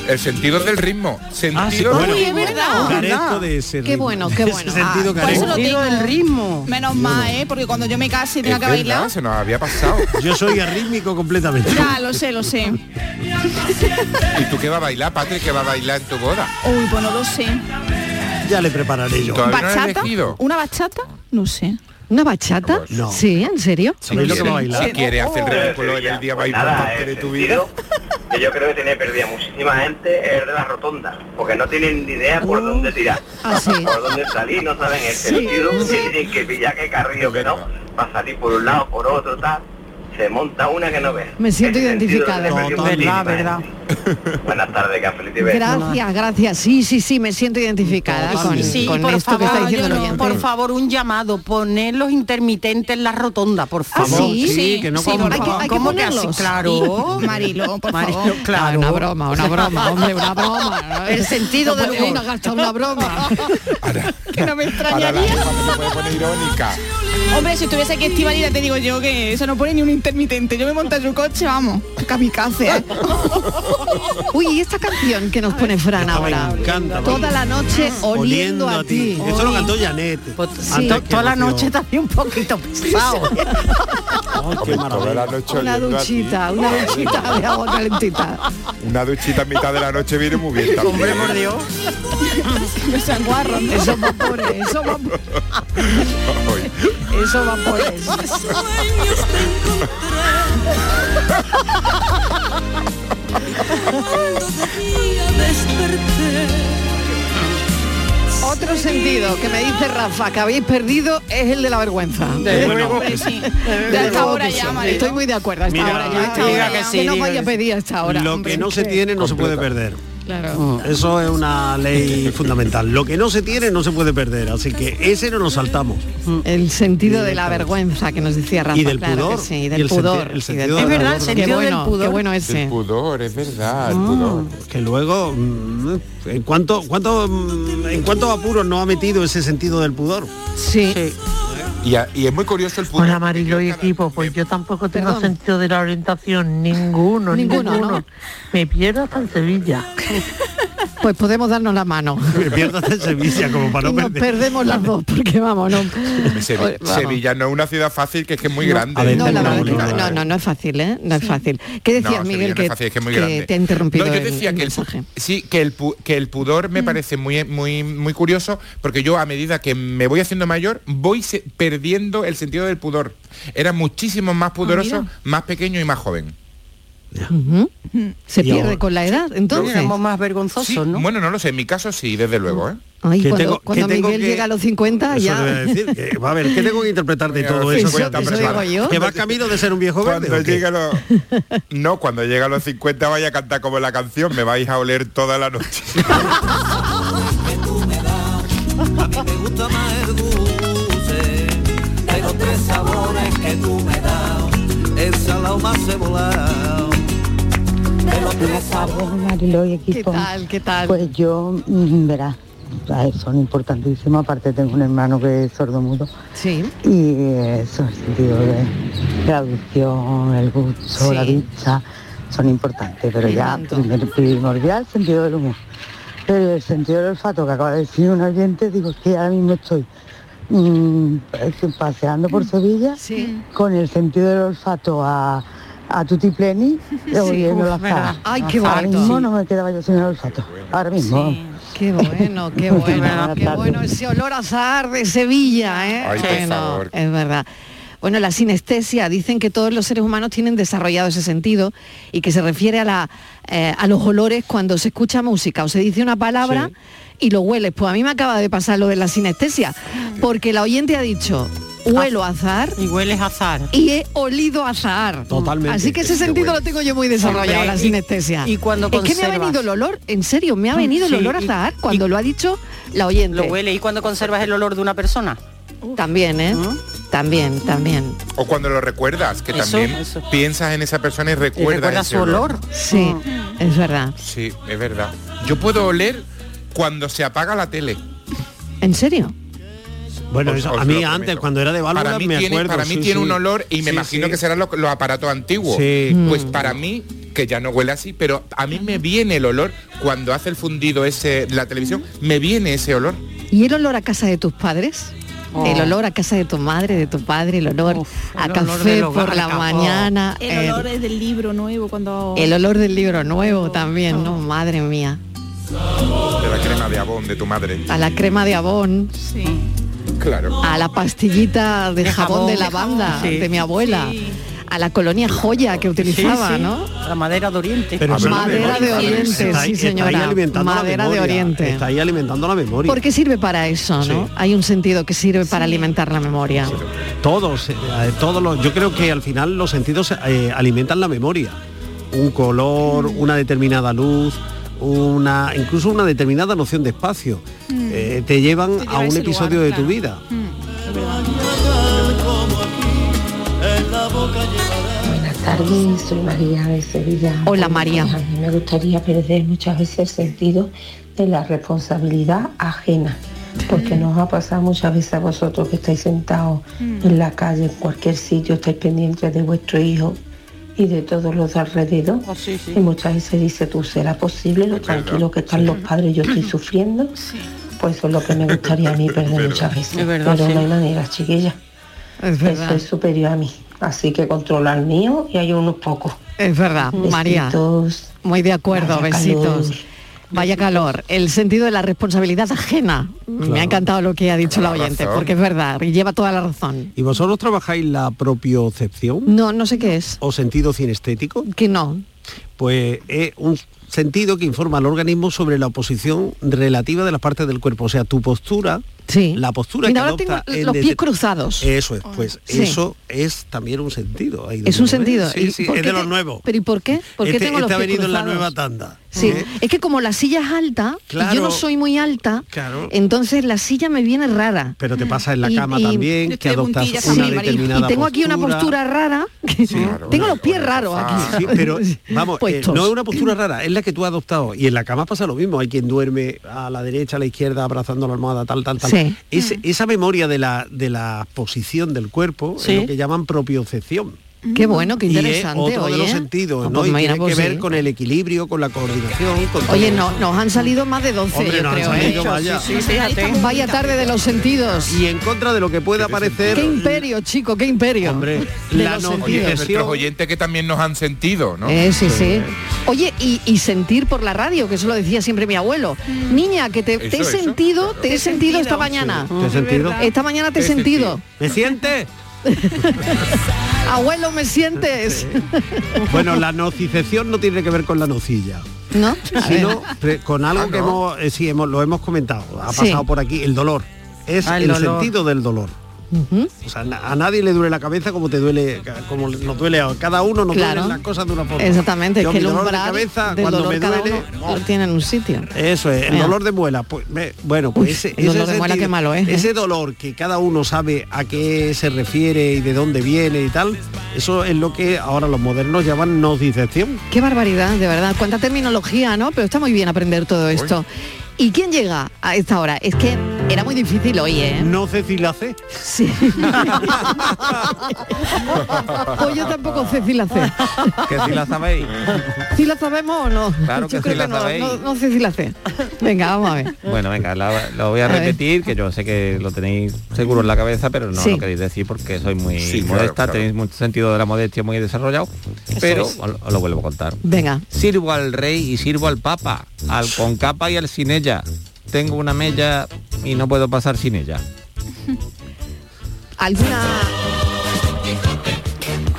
S9: El sentido del ritmo. Sentido
S7: Ah, sí,
S9: del
S7: bueno. Uy,
S9: ritmo.
S7: es verdad. Carezco
S8: Ah,
S7: de ese
S6: Qué bueno, qué bueno.
S9: sentido
S8: por Ah. eso lo
S9: carece.
S8: tengo.
S10: el ritmo.
S8: Menos mal, ¿eh? Porque cuando yo me case y tenga
S9: Es
S8: que bailar.
S9: verdad, se nos había pasado.
S7: Yo soy arrítmico completamente.
S8: Ya, lo sé, lo sé.
S9: ¿Y tú qué va a bailar, Patrick? ¿Qué va a bailar en tu boda?
S8: Uy, pues no lo sé.
S7: Ya le prepararé yo.
S9: Todavía no lo he
S8: ¿Bachata?
S9: elegido.
S8: ¿Una bachata? No sé.
S6: ¿Una bachata?
S7: No.
S6: Sí, ¿en serio?
S9: Si quiere hacer el ridículo en el día
S22: pues
S9: bailante de tu vida.
S22: que yo creo que tiene perdida muchísima gente es de la rotonda, porque no tienen ni idea por dónde tirar,
S6: Ah, sí.
S22: por dónde salir, no saben el sentido, que tienen que pillar qué carrillo que no, para salir por un lado, por otro, tal, se monta una que no ve.
S6: Me siento
S22: Ese sentido
S6: identificada.
S22: de perdió
S6: Verdad,
S22: muchísima gente. Buenas tardes, Café y Besos.
S6: Gracias, gracias. Sí, sí, sí, me siento identificada con,
S10: Sí,
S6: con
S10: por
S6: esto que
S10: favor,
S6: está diciendo el
S10: yo no,
S6: oyente.
S10: por favor, un llamado, poner los intermitentes en la rotonda, por favor.
S6: Ah, sí? Sí, que no
S10: por
S6: coman. Hay que-
S10: favor.
S6: hay que
S10: ¿Cómo que así?
S6: ponerlos.
S10: Claro.
S6: Sí. Marilo, por favor.
S10: claro.
S6: No, una broma, una broma, hombre, una broma, ¿no?
S10: El sentido del
S8: pues,
S6: Hombre,
S10: humor.
S6: no gasta una broma.
S8: Que no
S9: Ahora
S8: me
S9: la
S8: extrañaría.
S9: jefa se puede poner irónica.
S8: Hombre, si estuviese aquí Estivali, ya te digo yo que eso no pone ni un intermitente. Yo me monto en su coche, vamos. Kamikaze. ¿eh?
S6: Uy, ¿y esta canción que nos pone Fran ahora.
S7: Me encanta.
S6: Toda la noche oliendo, a ti. Pues
S7: Eso lo cantó Janet.
S6: sí.
S7: Antes
S6: To-
S7: que
S10: Toda la
S7: nació.
S10: noche también un poquito pesado.
S7: Oh, qué maravilla.
S9: Toda la noche
S6: Una
S9: oliendo a ti.
S6: duchita, una duchita de agua calentita.
S9: Una duchita en mitad de la noche viene muy bien también.
S6: Hombre, por
S9: Dios.
S6: Esos sanguarros, ¿no? Esos vapores, esos vapores. Esos vapores. Otro sentido que me dice Rafa que habéis perdido es el de la vergüenza.
S7: Desde Bueno, luego
S8: que sí.
S6: Desde
S8: Desde
S6: luego
S8: ahora
S6: que
S8: ya,
S6: sí.
S8: Marilo.
S6: Estoy muy de acuerdo. Hasta
S7: Mira,
S6: ahora ya.
S7: diga
S6: Ahora
S7: que
S6: ya.
S7: sí,
S6: no
S7: diga
S6: vaya
S7: que
S6: a
S7: sí.
S6: pedir hasta ahora.
S7: Lo
S6: hombre,
S7: que no
S6: es
S7: se tiene no se puede perder.
S6: Claro.
S7: Eso es una ley fundamental. Lo que no se tiene no se puede perder, así que ese no lo saltamos.
S6: El sentido de la vergüenza que nos decía Rafa.
S7: Y del
S6: claro que
S7: pudor.
S6: sí,
S7: Y
S6: del
S7: el
S6: pudor.
S7: senti- el
S6: y del
S7: sentido
S6: pudor.
S7: del pudor, ¿no?
S6: Qué bueno, Qué bueno ese.
S9: El pudor, es verdad, el pudor.
S7: Mm. Que luego, mm, ¿en cuánto, cuánto, mm, en cuántos apuros no ha metido ese sentido del pudor?
S6: Sí.
S9: Y, a- y es muy curioso el pudor.
S24: Hola Marilo y equipo, pues yo tampoco tengo
S9: Perdón.
S24: sentido de la orientación, ninguno,
S9: Ninguno,
S24: ninguno.
S9: ¿no?
S24: Me pierdo hasta en Sevilla.
S6: Pues podemos darnos la mano.
S7: Me pierdo de Sevilla como para no
S6: Nos
S7: perder.
S6: perdemos las dos, porque vamos, no.
S9: Sevi-
S6: Vamos.
S9: Sevilla no es una ciudad fácil, que es que es muy grande.
S6: No, la verdad es que no, no, no, no es fácil, ¿eh? No es fácil. ¿Qué
S9: No,
S6: decías,
S9: Sevilla
S6: Miguel?
S9: no
S6: que,
S9: es fácil, es que es muy
S6: que
S9: grande.
S6: te ha interrumpido.
S9: No, yo
S6: el-
S9: decía
S6: el
S9: que el, pu-
S6: mensaje. Mm.
S9: sí, que el, pu- que el pudor me parece muy, muy, muy curioso, porque yo a medida que me voy haciendo mayor, voy se- perdiendo el sentido del pudor. Era muchísimo más pudoroso,
S6: Ah, mira.
S9: más pequeño y más joven.
S6: Ujú. ¿Mm? Se
S9: Y
S6: pierde
S9: ahora-
S6: con la edad, entonces.
S10: más vergonzosos,
S9: Sí, Bueno, no lo sé, en mi caso sí, desde luego, ¿eh?
S6: Mm. Ay,
S9: ¿Qué
S6: cuando,
S9: tengo-
S6: cuando
S9: qué tengo
S6: Miguel
S9: que-
S6: llega a los 50
S9: Eso
S6: ya.
S9: te voy a decir.
S7: Eh, va a ver, ¿qué tengo que interpretar de todo eso?
S9: Eso-
S7: cuando-
S9: eso digo yo.
S7: Que va camino de ser un viejo verde.
S9: Cuando
S7: ¿o qué?
S9: llegue a los- No, cuando llegue a los 50 vaya a cantar como la canción, me vais a oler toda la noche.
S16: A mí me gusta más el dulce De los tres sabores que tú me das El salado más cebolado De los tres sabores
S25: Mariló y equipo. ¿Qué tal?
S6: ¿Qué tal?
S25: Pues yo, mm, verás, ay, son importantísimas. Aparte tengo un hermano que es sordomudo.
S6: Sí.
S25: Y eso, el sentido de la audición, el gusto, la vista, son importantes. Pero ya, primer, primordial, sentido del humor. Pero el sentido del olfato que acaba de decir un oyente, digo, es que ahora mismo estoy mm, es que paseando
S6: Mm.
S25: por Sevilla con el sentido del olfato a, a Tutti Pleni,
S6: Sí,
S25: oyendo
S6: uf,
S25: la
S6: verdad.
S25: zaga.
S6: Ay, qué
S25: Ahora
S6: bonito.
S25: mismo no me quedaba yo sin el olfato. Ahora mismo.
S6: Qué bueno, qué bueno, qué bueno ese olor a Zahar de Sevilla, ¿eh?
S25: Ay, por
S6: Bueno,
S25: favor.
S6: es verdad. Bueno, la sinestesia, dicen que todos los seres humanos tienen desarrollado ese sentido y que se refiere a, la, eh, a los olores cuando se escucha música o se dice una palabra y lo hueles. Pues a mí me acaba de pasar lo de la sinestesia, porque la oyente ha dicho, huelo azar
S10: Y hueles a azar.
S6: y he olido azar.
S10: Totalmente.
S6: Así que ese
S10: Qué
S6: sentido
S10: bueno.
S6: lo tengo yo muy desarrollado,
S10: Hombre,
S6: la
S10: y-
S6: sinestesia.
S10: y cuando
S6: es que me ha
S10: conservas. Mm,
S6: venido el olor, en serio, me ha venido
S10: Sí,
S6: el olor a
S10: y-
S6: azahar cuando lo ha dicho la oyente.
S10: Lo huele. ¿Y cuando conservas el olor de una persona?
S6: También, ¿eh?
S10: ¿Mm?
S6: También, también.
S9: O cuando lo recuerdas, que
S10: Eso,
S9: también piensas en esa persona y recuerdas
S10: recuerdas
S9: ese
S10: su olor. Mm.
S6: Sí, es verdad.
S9: Sí, es verdad. Yo puedo oler cuando se apaga la tele.
S6: ¿En serio?
S7: Bueno,
S9: Os-
S7: eso,
S9: os
S7: a mí
S9: lo
S7: antes,
S9: prometo.
S7: cuando era de válvula,
S9: para mí
S7: me
S9: tiene,
S7: acuerdo.
S9: para mí
S7: sí,
S9: tiene
S7: sí.
S9: un olor y me
S7: Sí,
S9: imagino
S7: sí.
S9: que serán los, los aparatos antiguos.
S7: Sí.
S9: Pues
S6: Mm.
S9: para mí, que ya no huele así, pero a mí me viene el olor cuando hace el fundido ese la televisión, me viene ese olor.
S6: ¿Y el olor a casa de tus padres?
S9: Oh.
S6: El olor a casa de tu madre, de tu padre, el olor a
S9: el olor
S6: café
S9: del hogar,
S6: por
S18: Oh.
S6: la
S9: acabó.
S6: mañana. eh,
S8: El olor es del libro nuevo cuando...
S6: el olor del libro nuevo también,
S10: Oh.
S6: ¿no? Madre mía.
S9: De la crema de abón de tu madre.
S6: A la crema de abón,
S9: Claro.
S6: a la pastillita de,
S9: De
S6: jabón,
S9: jabón,
S6: de
S9: de
S6: lavanda
S9: jabón, sí.
S6: de mi abuela, a la colonia joya que utilizaba,
S10: sí.
S6: ¿no?
S10: La madera de Oriente.
S7: Pero eso es la
S6: Madera de
S7: memoria,
S6: Oriente,
S7: está ahí- está
S6: sí
S7: ahí
S6: señora.
S7: alimentando la
S6: Madera de
S7: memoria,
S6: Oriente.
S7: Está ahí alimentando la memoria.
S6: Porque sirve para eso, ¿no?
S7: Sí.
S6: Hay un sentido que sirve para alimentar la memoria.
S7: Todos, eh, todos los, yo creo que al final los sentidos eh, alimentan la memoria. Un color,
S16: Mm.
S7: una determinada luz, una, incluso una determinada noción de espacio. eh, te llevan
S16: Mm. lleva
S7: a
S16: a
S7: un
S16: ese
S7: episodio
S16: lugar,
S7: de
S16: claro. Mm.
S7: tu vida.
S13: Buenas tardes, soy María de Sevilla. Bueno,
S6: Hola, María.
S13: pues A mí me gustaría perder muchas veces el sentido de la responsabilidad ajena, porque
S6: Mm.
S13: nos ha pasado muchas veces a vosotros que estáis sentados
S6: Mm.
S13: en la calle, en cualquier sitio, estáis pendientes de vuestro hijo y de todos los de alrededor.
S6: Ah,
S13: Y muchas veces dice tú, ¿será posible lo tranquilo que están los padres? Yo estoy sufriendo. Pues eso es lo que me gustaría a mí perder muchas veces.
S6: Es verdad,
S13: Pero
S6: sí.
S13: no hay manera, chiquilla.
S6: Es
S13: Eso
S6: verdad.
S13: es superior a mí. Así que controla el mío y hay unos pocos.
S6: Es verdad, María.
S13: Besitos.
S6: Muy de acuerdo,
S13: Vaya
S6: besitos.
S13: calor.
S6: Vaya calor. El sentido de la responsabilidad ajena. Me ha encantado lo que ha dicho la
S7: Toda la
S6: oyente,
S7: razón.
S6: porque es verdad, y lleva toda la razón.
S7: ¿Y vosotros trabajáis la propiocepción
S6: No, no sé qué es.
S7: o sentido cinestético?
S6: Que no.
S7: Pues es un sentido que informa al organismo sobre la posición relativa de las partes del cuerpo, o sea, tu postura, la postura
S6: Mira,
S7: que
S6: ahora tengo
S7: adopta en
S6: los pies
S7: dete-
S6: cruzados.
S7: Eso es, pues
S6: Sí.
S7: eso es también un sentido. ahí
S6: Es un
S7: donde lo ves.
S6: sentido. ¿Y
S7: Sí, sí,
S6: por
S7: es
S6: qué
S7: de
S6: te-
S7: los nuevos.
S6: Pero ¿y por qué? ¿Por qué
S7: Este-
S6: tengo los
S7: este ha
S6: pies
S7: venido en la
S6: cruzados?
S7: nueva tanda.
S6: Sí,
S7: ¿eh?
S6: es que como la silla es alta, y yo no
S7: Claro.
S6: soy muy alta,
S7: Claro.
S6: entonces la silla me viene rara.
S7: Pero te pasa en la
S6: Y-
S7: cama
S6: y-
S7: también, que adoptas
S6: Sí,
S7: una
S6: y-
S7: determinada
S6: y tengo aquí una postura rara. que- tengo los pies raros aquí.
S7: Sí, pero vamos, eh,
S6: Puestos.
S7: no es una postura rara, es la que tú has adoptado. Y en la cama pasa lo mismo, hay quien duerme a la derecha, a la izquierda, abrazando la almohada, tal, tal, tal.
S6: Sí.
S7: Ese- Esa memoria de la, de la posición del cuerpo
S6: Sí. Mm.
S7: es lo que llaman propiocepción.
S6: Qué bueno, qué
S7: Y es
S6: interesante.
S7: otro de
S6: oye.
S7: los sentidos,
S6: No,
S7: ¿no?
S6: pues
S7: y
S6: mira,
S7: tiene
S6: pues
S7: que ver
S6: sí.
S7: con el equilibrio, con la coordinación, con todo
S6: Oye,
S7: eso.
S6: no, nos han salido más de 12,
S7: Hombre,
S6: yo
S7: nos han
S6: creo. ¿eh?
S7: salido, vaya.
S6: Sí, sí, fíjate. Vaya tarde de los sentidos.
S7: Y en contra de lo que pueda parecer
S6: Qué imperio, chico, qué imperio. Hombre,
S1: Oye, nuestros oyentes que también nos han sentido, ¿no?
S6: Eh, sí, sí. Oye, y, y sentir por la radio, que eso lo decía siempre mi abuelo. Niña, que te, te he
S1: Eso, eso,
S6: sentido, Mm. te he sentido esta mañana.
S7: ¿Te he Es sentido? verdad.
S6: Esta mañana te he
S7: Te he
S6: sentido.
S7: ¿Me sientes?
S6: Abuelo, ¿me sientes?
S7: Bueno, la nocicepción no tiene que ver con la nocilla.
S6: ¿No? A ver.
S7: sino pre- con algo que hemos, eh, sí, hemos, lo hemos comentado, ha
S6: Sí.
S7: pasado por aquí, el dolor. Es
S6: Ah, el
S7: el,
S6: dolor. ¿Mm?
S7: sentido del dolor. O sea, na- a nadie le duele la cabeza como te duele, ca- como nos duele a cada uno, nos
S6: Claro.
S7: duelen las cosas de una forma.
S6: Exactamente,
S7: Yo,
S6: que
S7: mi
S6: el
S7: dolor
S6: umbral
S7: de cabeza,
S6: del
S7: cuando
S6: dolor
S7: me
S6: cada
S7: duele,
S6: uno lo tiene en un sitio.
S7: eso es, el
S6: Mira.
S7: dolor de muela, pues me- bueno, pues
S6: Uf,
S7: ese,
S6: el
S7: ese
S6: dolor de muela, qué malo es, ¿eh?
S7: Ese dolor que cada uno sabe a qué se refiere y de dónde viene y tal, eso es lo que ahora los modernos llaman nocicepción.
S6: Qué barbaridad, de verdad. Cuánta terminología, ¿no? Pero está muy bien aprender todo esto. ¿Y quién llega a esta hora? Es que era muy difícil hoy, ¿eh?
S7: No Cecilia C.
S6: Sí. pues yo tampoco sé si la sé.
S18: Que si la sabéis.
S6: ¿Si la sabemos o no?
S18: Claro que
S6: Yo
S18: sí
S6: creo
S18: la
S6: no,
S18: sabéis.
S6: no, no sé si la sé. Venga, vamos a ver.
S18: Bueno, venga, la- lo voy a
S6: A ver.
S18: repetir, que yo sé que lo tenéis seguro en la cabeza, pero no
S6: Sí.
S18: lo queréis decir porque soy muy
S15: Sí, claro,
S18: modesta,
S15: claro.
S18: tenéis mucho sentido de la modestia muy desarrollado, pero
S15: es.
S18: os lo- os lo vuelvo a contar.
S6: Venga.
S18: Sirvo al rey y sirvo al papa, al con capa y al sin ella. Tengo una mella y no puedo pasar sin ella.
S6: ¿Alguna...?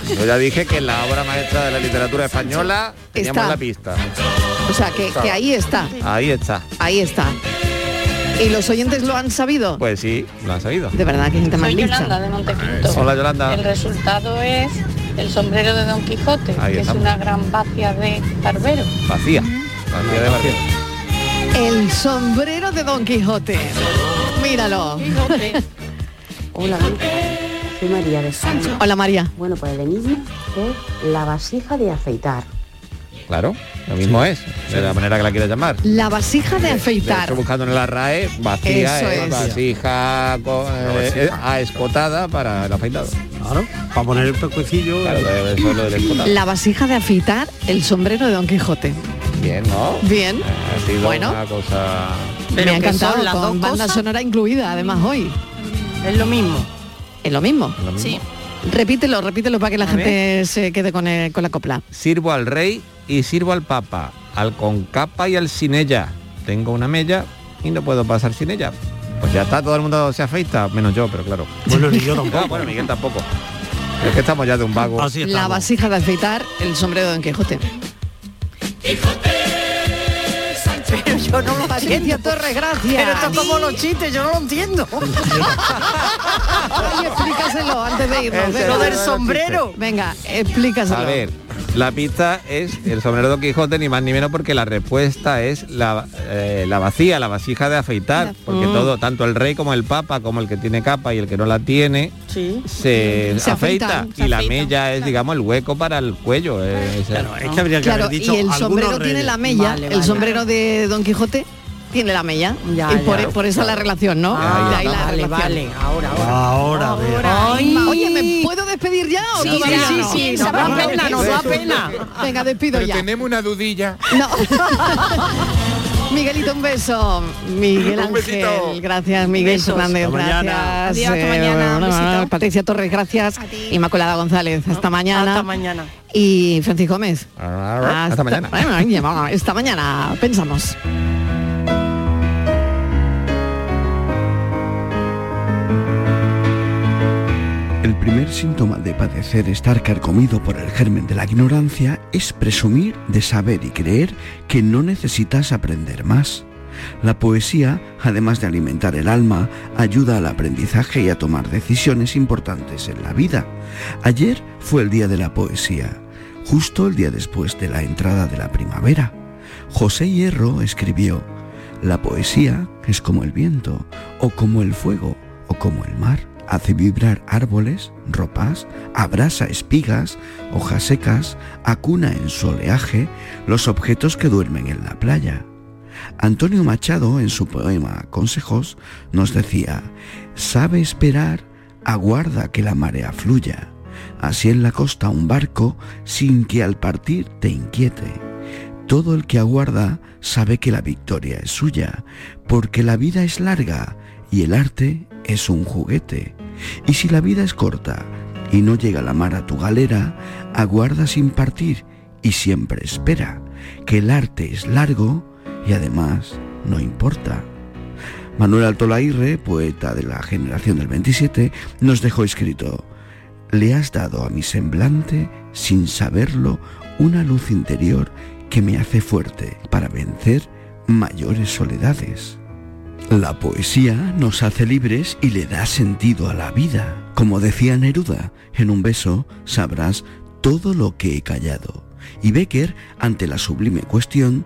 S18: Yo ya dije que en la obra maestra de la literatura española teníamos
S6: Está.
S18: la pista.
S6: O sea, que, que ahí está.
S18: Ahí está.
S6: Ahí está. ¿Y los oyentes lo han sabido?
S18: Pues sí, lo han sabido.
S6: De verdad, que gente más
S26: Soy
S6: lista.
S26: Yolanda de Montecristo.
S18: Hola, Yolanda.
S26: El resultado es el sombrero de Don Quijote,
S18: Ahí
S26: que
S18: estamos.
S26: es una gran vacía de barbero.
S18: Vacía. Vacía de barrio.
S6: El sombrero de Don Quijote. Míralo.
S27: Hola, soy María de Sancho.
S6: Hola, María.
S27: Bueno, pues el enigma es la vasija de afeitar.
S18: Claro, lo mismo es, de la manera que la quieras llamar.
S6: La vasija de
S18: De
S6: afeitar.
S18: hecho, buscando en la RAE, vacía
S6: Eso
S18: es,
S6: es.
S18: vasija co- eh, eh, ah, escotada para el afeitado.
S7: Claro, para poner el pescuecillo.
S18: Claro, eh, eso es lo del escotado.
S6: La vasija de afeitar, el sombrero de Don Quijote.
S18: Bien, Eh, ¿no?
S6: Bien.
S18: Ha sido
S6: Bueno.
S18: una cosa...
S6: Me ha encantado la con banda sonora incluida, además hoy. Es lo mismo. Es lo mismo.
S18: Lo mismo. Sí.
S6: Repítelo, repítelo para que la
S18: A
S6: gente se quede con, el- con la copla.
S18: Sirvo al rey y sirvo al papa, al con capa y al sin ella. Tengo una mella y no puedo pasar sin ella. Pues ya está, todo el mundo se afeita, menos yo, pero claro.
S7: Bueno, ni yo tampoco.
S18: bueno, Miguel tampoco. Es que estamos ya de un vago.
S6: La vasija de afeitar, el sombrero de Don Quijote.
S5: Pero yo no lo
S6: Patricia
S5: entiendo.
S6: Torres, gracias.
S5: Pero esto es como los chistes, yo no lo entiendo.
S6: Ay, explícaselo antes de irnos.
S18: El
S6: venga.
S18: sombrero de Lo del Don sombrero.
S6: Venga, explícaselo.
S18: A ver, la pista es el sombrero de Don Quijote, ni más ni menos, porque la respuesta es la, eh, la vacía, la vasija de afeitar, porque
S6: Mm.
S18: todo, tanto el rey como el papa, como el que tiene capa y el que no la tiene, se,
S6: Se
S18: afeita.
S6: afeitan,
S18: y la mella es, digamos, el hueco para el cuello. eh, esa-
S6: claro, y el sombrero tiene la mella,
S18: Vale,
S6: el
S18: vale.
S6: sombrero de Don Quijote tiene la mella. y por,
S7: ya.
S6: por esa la relación, ¿no?
S7: Ah,
S6: De ahí la
S7: vale,
S6: relación.
S7: vale, Ahora, a ver.
S6: Ay. Oye, ¿me puedo despedir ya? o
S5: Sí,
S6: todavía
S5: sí,
S6: no?
S5: sí, nos da pena, nos da pena.
S6: Venga, despido
S1: Pero
S6: ya.
S1: tenemos una dudilla.
S6: No. Miguelito, un beso. Miguel
S1: Un besito.
S6: Ángel, gracias. Miguel
S5: Besos.
S6: Fernández,
S5: Hasta
S6: gracias.
S5: mañana. Adiós, hasta
S6: Eh, bueno,
S5: mañana. Un besito.
S6: Patricia Torres, gracias. Inmaculada González, hasta mañana.
S5: Hasta mañana.
S6: Y Francisco Gómez.
S18: Hasta mañana.
S6: mañana. Esta mañana pensamos.
S27: El primer síntoma de padecer estar carcomido por el germen de la ignorancia es presumir de saber y creer que no necesitas aprender más. La poesía, además de alimentar el alma, ayuda al aprendizaje y a tomar decisiones importantes en la vida. Ayer fue el día de la poesía, justo el día después de la entrada de la primavera. José Hierro escribió, La poesía es como el viento, o como el fuego, o como el mar. Hace vibrar árboles, ropas, abrasa espigas, hojas secas, acuna en su oleaje los objetos que duermen en la playa. Antonio Machado, en su poema Consejos, nos decía, sabe esperar, aguarda que la marea fluya, así en la costa un barco, sin que al partir te inquiete. Todo el que aguarda sabe que la victoria es suya, porque la vida es larga y el arte es un juguete. Y si la vida es corta y no llega la mar a tu galera, aguarda sin partir y siempre espera, que el arte es largo y además no importa. Manuel Altolairre, poeta de la generación del 27, nos dejó escrito, le has dado a mi semblante, sin saberlo, una luz interior que me hace fuerte para vencer mayores soledades. La poesía nos hace libres y le da sentido a la vida. Como decía Neruda, en un beso sabrás todo lo que he callado. Y Becker, ante la sublime cuestión,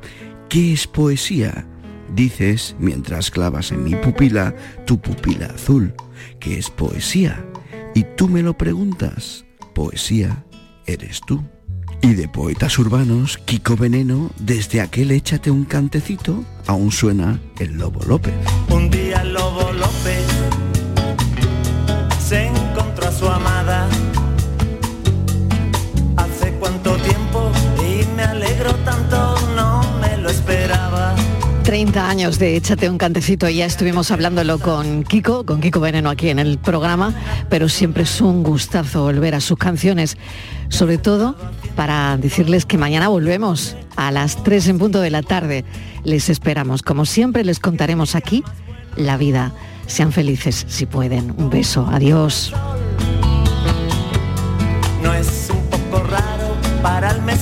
S27: ¿qué es poesía? Dices, mientras clavas en mi pupila tu pupila azul, ¿qué es poesía? Y tú me lo preguntas, poesía eres tú. Y de poetas urbanos, Kiko Veneno, desde aquel échate un cantecito, aún suena el Lobo López.
S10: Un día el Lobo López se encontró a su amada. Hace cuánto tiempo y me alegro tanto, no me lo esperaba.
S6: 30 años de Échate un cantecito, ya estuvimos hablándolo con Kiko, con Kiko Veneno aquí en el programa, pero siempre es un gustazo volver a sus canciones, sobre todo para decirles que mañana volvemos a las 3 en punto de la tarde. Les esperamos, como siempre les contaremos aquí la vida. Sean felices si pueden. Un beso, adiós.
S10: No es un poco raro para el